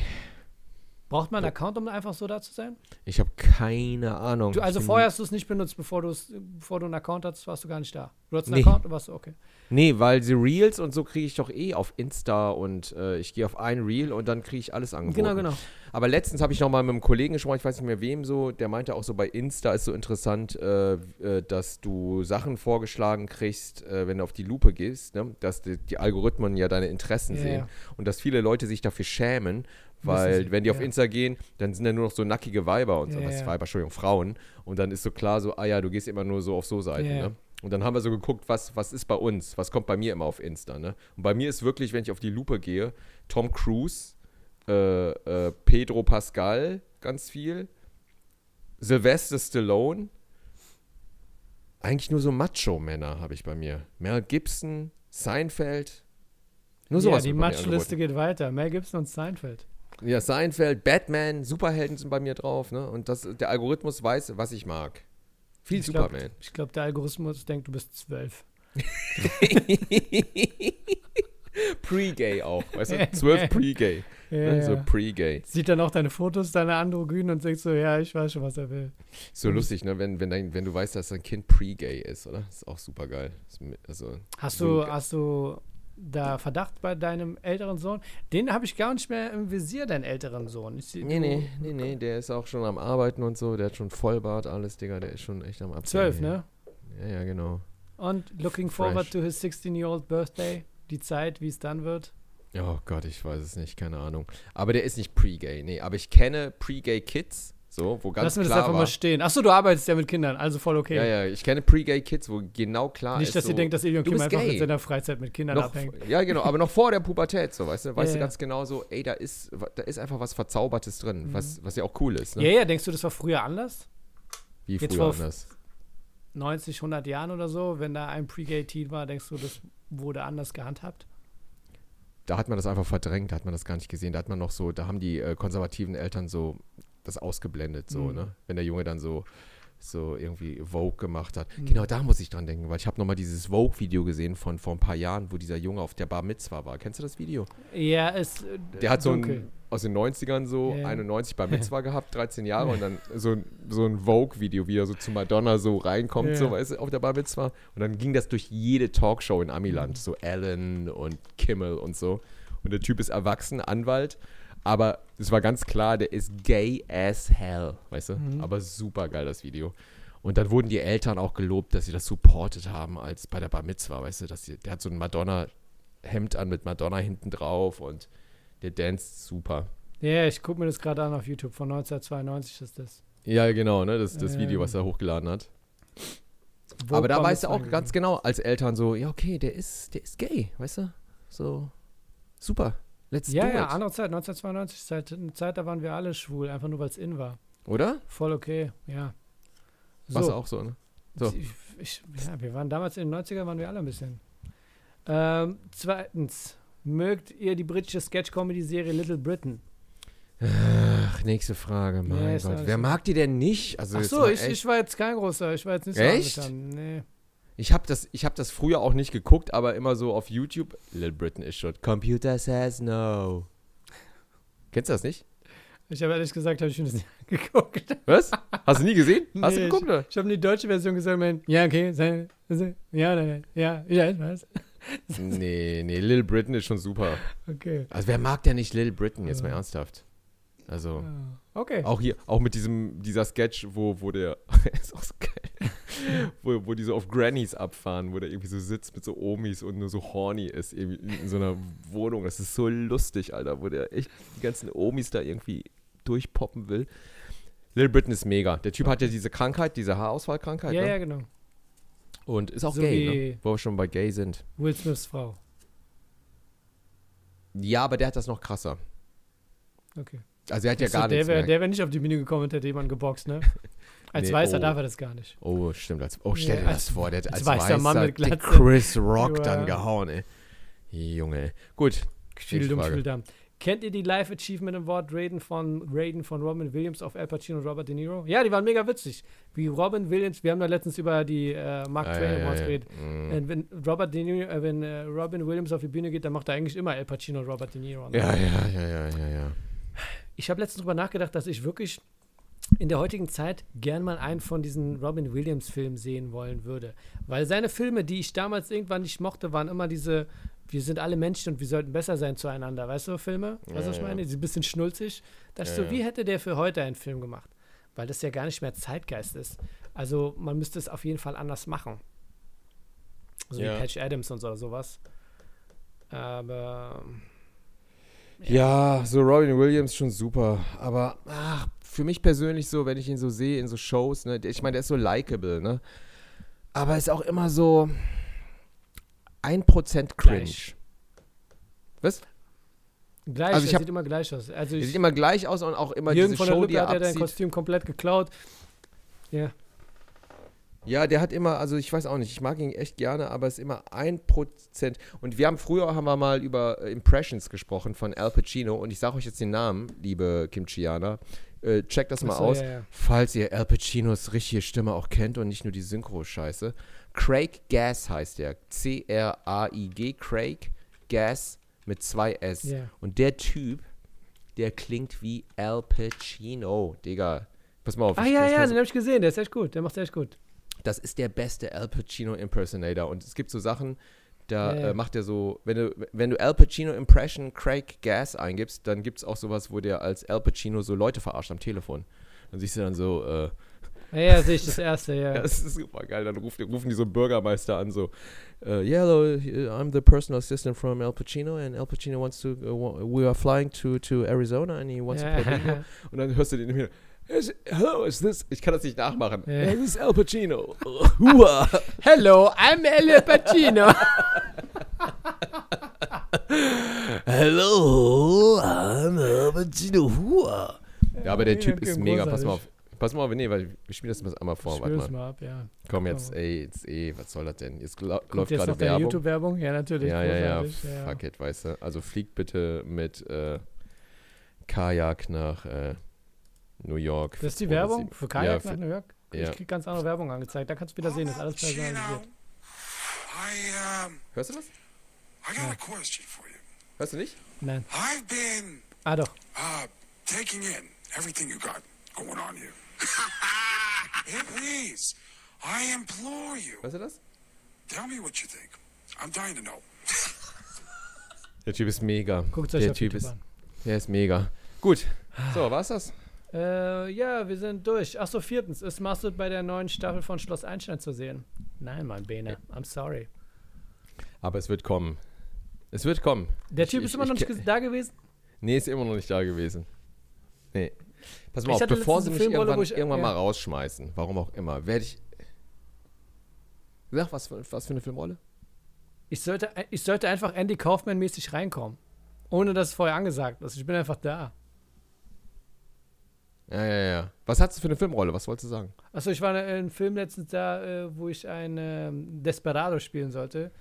Speaker 2: Braucht man einen Account, um einfach so da zu sein?
Speaker 1: ich habe keine Ahnung.
Speaker 2: Du, also
Speaker 1: Ich bin-
Speaker 2: vorher hast du es nicht benutzt, bevor, du's- bevor du einen Account hattest, warst du gar nicht da. Du hattest einen
Speaker 1: Nee.
Speaker 2: Account und warst du- okay.
Speaker 1: Nee, weil die Reels und so kriege ich doch eh auf Insta und äh, ich gehe auf ein Reel und dann kriege ich alles angeboten.
Speaker 2: Genau, genau.
Speaker 1: Aber letztens habe ich noch mal mit einem Kollegen gesprochen, ich weiß nicht mehr wem so, der meinte auch so bei Insta ist so interessant, äh, äh, dass du Sachen vorgeschlagen kriegst, äh, wenn du auf die Lupe gehst, ne? dass die, die Algorithmen ja deine Interessen
Speaker 2: Ja,
Speaker 1: sehen
Speaker 2: ja.
Speaker 1: und dass viele Leute sich dafür schämen,
Speaker 2: Wissen
Speaker 1: weil
Speaker 2: sie,
Speaker 1: wenn die auf
Speaker 2: ja.
Speaker 1: Insta gehen, dann sind da nur noch so nackige Weiber und so,
Speaker 2: Ja,
Speaker 1: was
Speaker 2: ja.
Speaker 1: Weiber, Entschuldigung, Frauen und dann ist so klar so, ah ja, du gehst immer nur so auf so Seiten,
Speaker 2: Ja, ja.
Speaker 1: ne? Und dann haben wir so geguckt, was, was ist bei uns, was kommt bei mir immer auf Insta, ne? Und bei mir ist wirklich, wenn ich auf die Lupe gehe, Tom Cruise, äh, äh, Pedro Pascal ganz viel, Sylvester Stallone, eigentlich nur so Macho-Männer habe ich bei mir. Mel Gibson, Seinfeld, nur
Speaker 2: ja,
Speaker 1: sowas.
Speaker 2: die
Speaker 1: wird bei mir
Speaker 2: Matchliste geht weiter. Mel Gibson und Seinfeld.
Speaker 1: angeboten. Ja, Seinfeld, Batman, Superhelden sind bei mir drauf, ne? Und das, der Algorithmus weiß, was ich mag. Viel
Speaker 2: Ich glaub,
Speaker 1: Superman.
Speaker 2: Ich glaube, der Algorithmus denkt, du bist zwölf.
Speaker 1: Pre-Gay auch, weißt
Speaker 2: Ja,
Speaker 1: du? Zwölf
Speaker 2: ja.
Speaker 1: Pre-Gay.
Speaker 2: Ja,
Speaker 1: Ne? So
Speaker 2: ja.
Speaker 1: Pre-Gay.
Speaker 2: Sieht dann auch deine Fotos, deine Androgynen und denkt so, ja, ich weiß schon, was er will.
Speaker 1: So lustig, ne? Wenn, wenn, dein, wenn du weißt, dass dein Kind pre-gay ist, oder? Ist auch super geil. Ist mi- Also,
Speaker 2: Hast
Speaker 1: so
Speaker 2: du,
Speaker 1: ge-
Speaker 2: hast du da Verdacht bei deinem älteren Sohn? Den habe ich gar nicht mehr im Visier, deinen älteren Sohn. Ich, seh-
Speaker 1: nee,
Speaker 2: du-
Speaker 1: nee, nee, nee, der ist auch schon am Arbeiten und so. Der hat schon Vollbart, alles, Digga. Der ist schon echt am Abziehen.
Speaker 2: Zwölf,
Speaker 1: hier.
Speaker 2: ne?
Speaker 1: Ja, ja, genau.
Speaker 2: Und looking forward to his 16-year-old birthday. Die Zeit, wie es dann wird.
Speaker 1: Oh Gott, ich weiß es nicht, keine Ahnung. Aber der ist nicht pre-gay, nee. Aber ich kenne pre-gay Kids, so, wo ganz
Speaker 2: Lass mir das
Speaker 1: klar
Speaker 2: einfach
Speaker 1: war.
Speaker 2: mal stehen. Achso, du arbeitest ja mit Kindern, also voll okay.
Speaker 1: Ja, ja, ich kenne pre-gay Kids, wo genau klar
Speaker 2: Nicht,
Speaker 1: ist
Speaker 2: dass
Speaker 1: so,
Speaker 2: ihr denkt, dass Ilion
Speaker 1: du
Speaker 2: Kim
Speaker 1: bist
Speaker 2: einfach
Speaker 1: gay.
Speaker 2: in seiner Freizeit mit Kindern
Speaker 1: noch,
Speaker 2: abhängt.
Speaker 1: ja, genau, aber noch vor der Pubertät, so, weißt du, weißt
Speaker 2: Ja,
Speaker 1: du
Speaker 2: ja.
Speaker 1: ganz genau so, ey, da ist, da ist einfach was Verzaubertes drin, was, was ja auch cool ist, ne?
Speaker 2: Mhm. Ja, ja, denkst du, das war früher anders?
Speaker 1: Wie
Speaker 2: Jetzt
Speaker 1: früher
Speaker 2: war-
Speaker 1: anders.
Speaker 2: 90, 100 Jahren oder so, wenn da ein Pre-Gay-Teen war, denkst du, das wurde anders gehandhabt?
Speaker 1: Da hat man das einfach verdrängt, da hat man das gar nicht gesehen. Da hat man noch so, da haben die äh, konservativen Eltern so das ausgeblendet, so,
Speaker 2: Mhm.
Speaker 1: ne? Wenn der Junge dann so, so irgendwie Vogue gemacht hat.
Speaker 2: Mhm.
Speaker 1: Genau da muss ich dran denken, weil ich habe nochmal dieses Vogue-Video gesehen von vor ein paar Jahren, wo dieser Junge auf der Bar Mitzwa war. Kennst du das Video?
Speaker 2: Ja, es. äh,
Speaker 1: Der hat so
Speaker 2: dunkel.
Speaker 1: ein, aus den 90ern so,
Speaker 2: Ja, ja.
Speaker 1: 91 bei Mitzwa gehabt, 13 Jahre und dann so ein, so ein Vogue-Video, wie er so zu Madonna so reinkommt,
Speaker 2: Ja.
Speaker 1: so, weißt du, auf der Bar Mitzwa. Und dann ging das durch jede Talkshow in
Speaker 2: Mhm.
Speaker 1: Amiland, so Ellen und Kimmel und so. Und der Typ ist erwachsen, Anwalt, aber es war ganz klar, der ist gay as hell, weißt du?
Speaker 2: Mhm.
Speaker 1: Aber super geil, das Video. Und dann wurden die Eltern auch gelobt, dass sie das supportet haben, als bei der Bar Mitzwa, weißt du? Dass sie, der hat so ein Madonna-Hemd an mit Madonna hinten drauf und der danst super.
Speaker 2: Ja, ich gucke mir das gerade an auf YouTube. Von 1992 ist das.
Speaker 1: Ja, genau, ne? Das, das
Speaker 2: Ja,
Speaker 1: Video,
Speaker 2: ja.
Speaker 1: was er hochgeladen hat.
Speaker 2: Vogue
Speaker 1: Aber da
Speaker 2: war
Speaker 1: weißt du
Speaker 2: mit
Speaker 1: auch ganz genau als Eltern so, ja, okay, der ist, der ist gay, weißt du? So, super. Let's
Speaker 2: Ja,
Speaker 1: do
Speaker 2: ja,
Speaker 1: it.
Speaker 2: andere Zeit. 1992 ist halt eine Zeit, da waren wir alle schwul, einfach nur weil es in war.
Speaker 1: Oder?
Speaker 2: Voll okay, ja.
Speaker 1: Warst du auch so, ne? so?
Speaker 2: Ich, ich, ja, wir waren damals in den 90ern, waren wir alle ein bisschen. Ähm, zweitens, mögt ihr die britische Sketch-Comedy-Serie Little Britain?
Speaker 1: Ach, nächste Frage, mein
Speaker 2: Nee, ist
Speaker 1: Gott.
Speaker 2: alles
Speaker 1: Wer
Speaker 2: gut.
Speaker 1: mag die denn nicht? Also
Speaker 2: Ach
Speaker 1: jetzt
Speaker 2: so,
Speaker 1: mal
Speaker 2: ich,
Speaker 1: echt-
Speaker 2: ich war jetzt kein großer, ich war jetzt nicht
Speaker 1: Echt?
Speaker 2: so angetan. Nee.
Speaker 1: Ich habe das, ich hab das früher auch nicht geguckt, aber immer so auf YouTube. Little Britain is short. Computer says no. Kennst du das nicht?
Speaker 2: Ich habe ehrlich gesagt, habe ich mir das nicht angeguckt.
Speaker 1: Was? Hast du nie gesehen? Hast du
Speaker 2: Nee,
Speaker 1: geguckt? Oder?
Speaker 2: Ich habe die deutsche Version gesagt, mein, ja, okay, sei, sei, ja, nein, ja, ja, ich weiß.
Speaker 1: Nee, nee, Little Britain ist schon super.
Speaker 2: Okay.
Speaker 1: Also wer mag denn nicht Little Britain, jetzt mal
Speaker 2: Ja.
Speaker 1: ernsthaft? Also,
Speaker 2: Okay.
Speaker 1: auch hier, auch mit diesem, dieser Sketch, wo, wo der, ist auch so geil, wo, wo die so auf Grannies abfahren, wo der irgendwie so sitzt mit so Omis und nur so horny ist, irgendwie in, in so einer Wohnung. Das ist so lustig, Alter, wo der echt die ganzen Omis da irgendwie durchpoppen will. Little Britain ist mega. Der Typ hat ja diese Krankheit, diese Haarausfallkrankheit,
Speaker 2: Ja,
Speaker 1: ne?
Speaker 2: ja, genau.
Speaker 1: Und ist auch
Speaker 2: So
Speaker 1: gay,
Speaker 2: wie-
Speaker 1: ne? Wo wir schon bei gay sind.
Speaker 2: Will Smiths Frau.
Speaker 1: Ja, aber der hat das noch krasser.
Speaker 2: Okay.
Speaker 1: Also er hat ja
Speaker 2: Achso,
Speaker 1: gar
Speaker 2: der
Speaker 1: nichts mehr.
Speaker 2: wäre wär nicht auf die Bühne gekommen und hätte jemanden geboxt, ne? Als
Speaker 1: Nee,
Speaker 2: Weißer
Speaker 1: oh.
Speaker 2: darf er das gar nicht.
Speaker 1: Oh, stimmt. Als, oh, stell
Speaker 2: Ja,
Speaker 1: dir
Speaker 2: als-
Speaker 1: das vor, der hat als
Speaker 2: als
Speaker 1: weißer
Speaker 2: weißer Mann mit
Speaker 1: den
Speaker 2: Glatze.
Speaker 1: Chris Rock
Speaker 2: Ja.
Speaker 1: dann gehauen, ey. Junge. Gut.
Speaker 2: Schildum,
Speaker 1: Frage.
Speaker 2: Schildam. Kennt ihr die Live Achievement Award Raiden von Raiden von Robin Williams auf Al Pacino und Robert De Niro? Ja, die waren mega witzig. Wie Robin Williams, wir haben da letztens über die äh, Mark
Speaker 1: Ah,
Speaker 2: Twain
Speaker 1: ja,
Speaker 2: Awards
Speaker 1: ja, ja.
Speaker 2: geredet.
Speaker 1: Mm.
Speaker 2: Und wenn Robert De Niro, äh, wenn äh, Robin Williams auf die Bühne geht, dann macht er eigentlich immer Al Pacino und Robert De Niro. ne?
Speaker 1: Ja, ja, ja, ja, ja, ja.
Speaker 2: Ich habe letztens drüber nachgedacht, dass ich wirklich in der heutigen Zeit gern mal einen von diesen Robin Williams-Filmen sehen wollen würde. Weil seine Filme, die ich damals irgendwann nicht mochte, waren immer diese, wir sind alle Menschen und wir sollten besser sein zueinander. Weißt du, Filme? Weißt du, was
Speaker 1: Ja,
Speaker 2: ich
Speaker 1: ja.
Speaker 2: meine? Die sind ein bisschen schnulzig. Dachte ich
Speaker 1: Ja,
Speaker 2: so,
Speaker 1: ja.
Speaker 2: wie hätte der für heute einen Film gemacht? Weil das ja gar nicht mehr Zeitgeist ist. Also man müsste es auf jeden Fall anders machen. So
Speaker 1: Ja.
Speaker 2: wie Patch Adams und so, sowas. Aber
Speaker 1: Ja, so Robin Williams schon super. Aber ach, für mich persönlich so, wenn ich ihn so sehe in so Shows, ne, der- ich meine, der ist so likable, ne? Aber ist auch immer so 1% cringe.
Speaker 2: Gleich.
Speaker 1: Was?
Speaker 2: gleich,
Speaker 1: Also
Speaker 2: also
Speaker 1: ich
Speaker 2: ich
Speaker 1: hab-
Speaker 2: sieht immer gleich aus. Also
Speaker 1: Der
Speaker 2: ich,
Speaker 1: sieht immer gleich aus und auch immer
Speaker 2: Jürgen
Speaker 1: diese
Speaker 2: von der
Speaker 1: Show, die
Speaker 2: Lippe
Speaker 1: er
Speaker 2: hat ja dein
Speaker 1: abzieht.
Speaker 2: Kostüm komplett geklaut. Ja,
Speaker 1: Ja, der hat immer, also ich weiß auch nicht, ich mag ihn echt gerne, aber es ist immer ein Prozent. Und wir haben früher, haben wir mal über äh, Impressions gesprochen von Al Pacino und ich sage euch jetzt den Namen, liebe Kimchianer. Äh, checkt das mal
Speaker 2: Achso,
Speaker 1: aus,
Speaker 2: ja, ja.
Speaker 1: falls ihr Al Pacinos richtige Stimme auch kennt und nicht nur die Synchro-Scheiße. Craig Gas heißt der. C-R-A-I-G, Craig Gas mit zwei S.
Speaker 2: Ja.
Speaker 1: Und der Typ, der klingt wie Al Pacino, Digga. Pass mal auf.
Speaker 2: Ah
Speaker 1: ich-
Speaker 2: ja,
Speaker 1: ich
Speaker 2: ja,
Speaker 1: kann's-
Speaker 2: den habe ich gesehen. Der ist echt gut. Der macht echt gut.
Speaker 1: das ist der beste Al Pacino Impersonator. Und es gibt so Sachen, da
Speaker 2: Ja, ja.
Speaker 1: äh, macht er so, wenn du, wenn du Al Pacino Impression Craig Gas eingibst, dann gibt es auch sowas, wo der als Al Pacino so Leute verarscht am Telefon. Dann siehst du dann so, äh,
Speaker 2: Ja, ja, sehe ich das erste. Ja.
Speaker 1: ja, das ist super geil. Dann ruft, rufen die so einen Bürgermeister an, so, äh, yeah, hello, I'm the personal assistant from Al Pacino and Al Pacino wants to, uh, we are flying to, to Arizona and he wants to play bingo.
Speaker 2: ja.
Speaker 1: Und dann hörst du den im Hintergrund. "Is- Hello, is this? Ich kann das nicht nachmachen.
Speaker 2: Ja.
Speaker 1: Hey, this is Al Pacino. Hua.
Speaker 2: Hello, I'm Al Pacino.
Speaker 3: Hello, I'm Al Pacino. Hua.
Speaker 1: Ja, aber der
Speaker 2: Ja,
Speaker 1: Typ
Speaker 2: okay,
Speaker 1: ist mega, pass mal auf.
Speaker 2: großartig.
Speaker 1: Pass mal auf, nee, weil ich spiele das mal einmal vor. Warte
Speaker 2: Spür es
Speaker 1: mal.
Speaker 2: mal ab, ja.
Speaker 1: Komm jetzt, ey, jetzt, ey, was soll das denn? Jetzt lau-
Speaker 2: Kommt
Speaker 1: läuft
Speaker 2: jetzt noch
Speaker 1: gerade
Speaker 2: der
Speaker 1: Werbung.
Speaker 2: YouTube-Werbung? Ja, natürlich.
Speaker 1: Ja, ja, ja,
Speaker 2: großartig,
Speaker 1: Fuck it, weißt du. Also fliegt bitte mit äh, Kajak nach äh, New York.
Speaker 2: Das ist die
Speaker 1: Oder
Speaker 2: Werbung
Speaker 1: sie-
Speaker 2: für Kajak
Speaker 1: Ja,
Speaker 2: nach
Speaker 1: für,
Speaker 2: New York?
Speaker 1: ja.
Speaker 2: Ich krieg ganz andere Werbung angezeigt. Da kannst du wieder sehen, ist alles personalisiert.
Speaker 4: I um,
Speaker 1: hörst du das?
Speaker 4: I got a question for you.
Speaker 1: Hörst du nicht?
Speaker 2: Nein.
Speaker 4: I've been
Speaker 2: Ah, doch.
Speaker 4: uh, taking in everything you got going on here. hey, please, I implore you,
Speaker 1: Hörst du das?
Speaker 4: tell me what you think. I'm dying to know.
Speaker 1: Der Typ ist mega.
Speaker 2: Guckt euch
Speaker 1: der
Speaker 2: auf
Speaker 1: Typ
Speaker 2: YouTube
Speaker 1: ist,
Speaker 2: an. Ah.
Speaker 1: der ist mega. Gut. So, war's das?
Speaker 2: Äh, ja, wir sind durch. Achso, viertens. Ist Mastod bei der neuen Staffel von Schloss Einstein zu sehen? Nein, mein Bene. I'm sorry.
Speaker 1: Aber es wird kommen. Es wird kommen.
Speaker 2: Der
Speaker 1: Ich-
Speaker 2: Typ
Speaker 1: ich-
Speaker 2: ist immer
Speaker 1: ich
Speaker 2: noch
Speaker 1: ke-
Speaker 2: nicht da gewesen.
Speaker 1: Nee, ist immer noch nicht da gewesen. Nee. Pass mal
Speaker 2: Ich
Speaker 1: auf,
Speaker 2: hatte
Speaker 1: bevor
Speaker 2: letztens
Speaker 1: sie
Speaker 2: eine
Speaker 1: mich
Speaker 2: Filmrolle,
Speaker 1: irgendwann,
Speaker 2: wo ich-
Speaker 1: irgendwann
Speaker 2: ja.
Speaker 1: mal rausschmeißen, warum auch immer, werde ich. Sag, was, für- was für eine Filmrolle?
Speaker 2: Ich sollte, ich sollte einfach Andy Kaufman-mäßig reinkommen. Ohne dass es vorher angesagt ist. Ich bin einfach da.
Speaker 1: Ja, ja, ja. Was hast du für eine Filmrolle? Was wolltest du sagen?
Speaker 2: Achso, ich war in einem Film letztens da, äh, wo ich ein ähm, Desperado spielen sollte.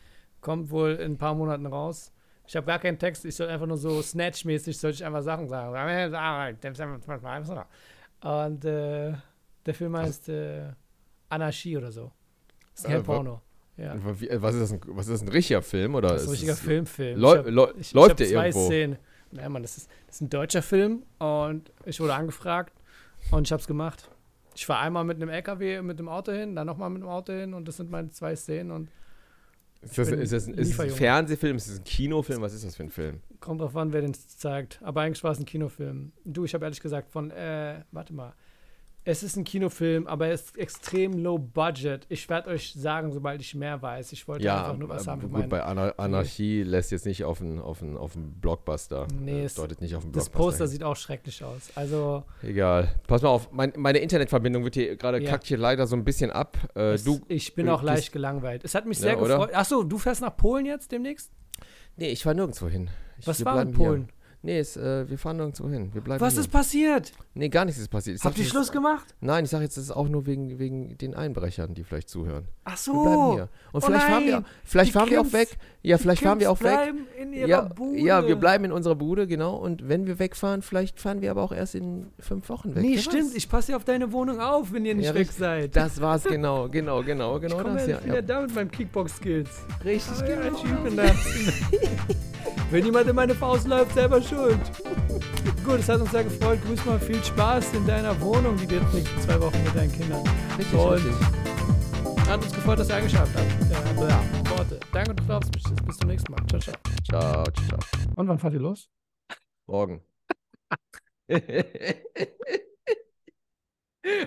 Speaker 2: Kommt wohl in ein paar Monaten raus. Ich habe gar keinen Text, ich soll einfach nur so Snatch-mäßig, sollte ich einfach Sachen äh, ah, sagen. Und äh, der Film heißt äh, Anarchie oder so. Ist
Speaker 1: Äh,
Speaker 2: kein
Speaker 1: wa-
Speaker 2: Porno. Ja.
Speaker 1: Wie- äh, Was ist das? Ein, was ist das, ein richtiger Film? Oder
Speaker 2: Das ist ein richtiger
Speaker 1: es-
Speaker 2: Filmfilm.
Speaker 1: Läu-
Speaker 2: Ich hab-
Speaker 1: läu-
Speaker 2: ich- ich
Speaker 1: läuft
Speaker 2: hab
Speaker 1: der
Speaker 2: zwei
Speaker 1: irgendwo?
Speaker 2: Szenen. Naja, Mann, das ist, das ist ein deutscher Film und ich wurde angefragt und ich hab's gemacht. Ich fahre einmal mit einem LKW, mit dem Auto hin, dann nochmal mit dem Auto hin und das sind meine zwei Szenen und
Speaker 1: Ist das,
Speaker 2: bin
Speaker 1: ist das, ein- ist das ein
Speaker 2: Lieferjunge.
Speaker 1: Fernsehfilm? Ist das ein Kinofilm? Was ist das für ein Film?
Speaker 2: kommt drauf an, wer den zeigt. Aber eigentlich war es ein Kinofilm. Du, ich habe ehrlich gesagt von, äh, warte mal. Es ist ein Kinofilm, aber er ist extrem low budget. Ich werde euch sagen, sobald ich mehr weiß. Ich wollte
Speaker 1: Ja,
Speaker 2: einfach nur was
Speaker 1: äh,
Speaker 2: haben für
Speaker 1: gut,
Speaker 2: meinen
Speaker 1: bei Ana Anarchie lässt jetzt nicht auf einen auf einen- auf einen Blockbuster.
Speaker 2: Nee,
Speaker 1: äh,
Speaker 2: es-
Speaker 1: deutet nicht auf einen
Speaker 2: Das
Speaker 1: Blockbuster.
Speaker 2: Poster
Speaker 1: hin.
Speaker 2: sieht auch schrecklich aus. Also,
Speaker 1: Egal. Pass mal auf, mein, meine Internetverbindung wird hier gerade
Speaker 2: Ja.
Speaker 1: kackt hier leider so ein bisschen ab. Äh,
Speaker 2: Es-
Speaker 1: du,
Speaker 2: ich bin
Speaker 1: äh,
Speaker 2: auch
Speaker 1: das-
Speaker 2: leicht gelangweilt. Es hat mich
Speaker 1: Ja,
Speaker 2: sehr
Speaker 1: oder?
Speaker 2: gefreut. Achso, du fährst nach Polen jetzt demnächst?
Speaker 1: nee, ich fahre nirgendwo hin. Ich,
Speaker 2: Was
Speaker 1: wir
Speaker 2: war
Speaker 1: bleiben
Speaker 2: mit Polen?
Speaker 1: Hier. Nee, es, äh, wir fahren nirgendwo hin. Wir bleiben
Speaker 2: Was
Speaker 1: hier.
Speaker 2: ist passiert?
Speaker 1: Nee, gar nichts ist passiert. Ich sag
Speaker 2: Habt ihr
Speaker 1: jetzt-
Speaker 2: Schluss gemacht?
Speaker 1: Nein, ich sage jetzt, das ist auch nur wegen, wegen den Einbrechern, die vielleicht zuhören.
Speaker 2: Ach
Speaker 1: Wir bleiben
Speaker 2: so.
Speaker 1: hier. Und
Speaker 2: Oh
Speaker 1: vielleicht fahren wir,
Speaker 2: nein,
Speaker 1: vielleicht
Speaker 2: die
Speaker 1: fahren wir auch
Speaker 2: Kims-
Speaker 1: weg. Ja,
Speaker 2: Die
Speaker 1: vielleicht fahren wir
Speaker 2: Kims
Speaker 1: auch weg.
Speaker 2: bleiben in ihrer
Speaker 1: Ja,
Speaker 2: Bude.
Speaker 1: ja, wir bleiben in unserer Bude, genau. Und wenn wir wegfahren, vielleicht fahren wir aber auch erst in fünf Wochen weg.
Speaker 2: Nee,
Speaker 1: Wer
Speaker 2: stimmt.
Speaker 1: weiß.
Speaker 2: Ich passe ja auf deine Wohnung auf, wenn ihr nicht
Speaker 1: Ja,
Speaker 2: weg
Speaker 1: richtig.
Speaker 2: seid.
Speaker 1: Das war's, genau, genau, genau,
Speaker 2: ich
Speaker 1: genau
Speaker 2: komme
Speaker 1: das.
Speaker 2: ja
Speaker 1: Ja,
Speaker 2: nicht wieder
Speaker 1: ja.
Speaker 2: da mit meinen Kickbox-Skills.
Speaker 1: Richtig,
Speaker 2: Ah, ja,
Speaker 1: genau.
Speaker 2: ich übe nachts. Wenn jemand in meine Faust läuft, selber schuld. Gut, es hat uns sehr gefreut. Grüß mal, viel Spaß in deiner Wohnung, die du jetzt nicht zwei Wochen mit deinen Kindern.
Speaker 1: Richtig,
Speaker 2: Und-
Speaker 1: richtig.
Speaker 2: Hat uns gefreut, dass ihr eingeschaltet habt. Äh, ja, Worte. Danke und Klaps. Bis zum nächsten Mal. Ciao, ciao.
Speaker 1: Ciao, ciao.
Speaker 2: Und wann fahrt ihr los?
Speaker 1: Morgen.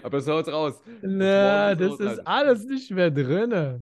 Speaker 1: Aber es haut raus.
Speaker 2: Na,
Speaker 1: Morgen ist
Speaker 2: das ist
Speaker 1: Russland.
Speaker 2: alles nicht mehr drinne.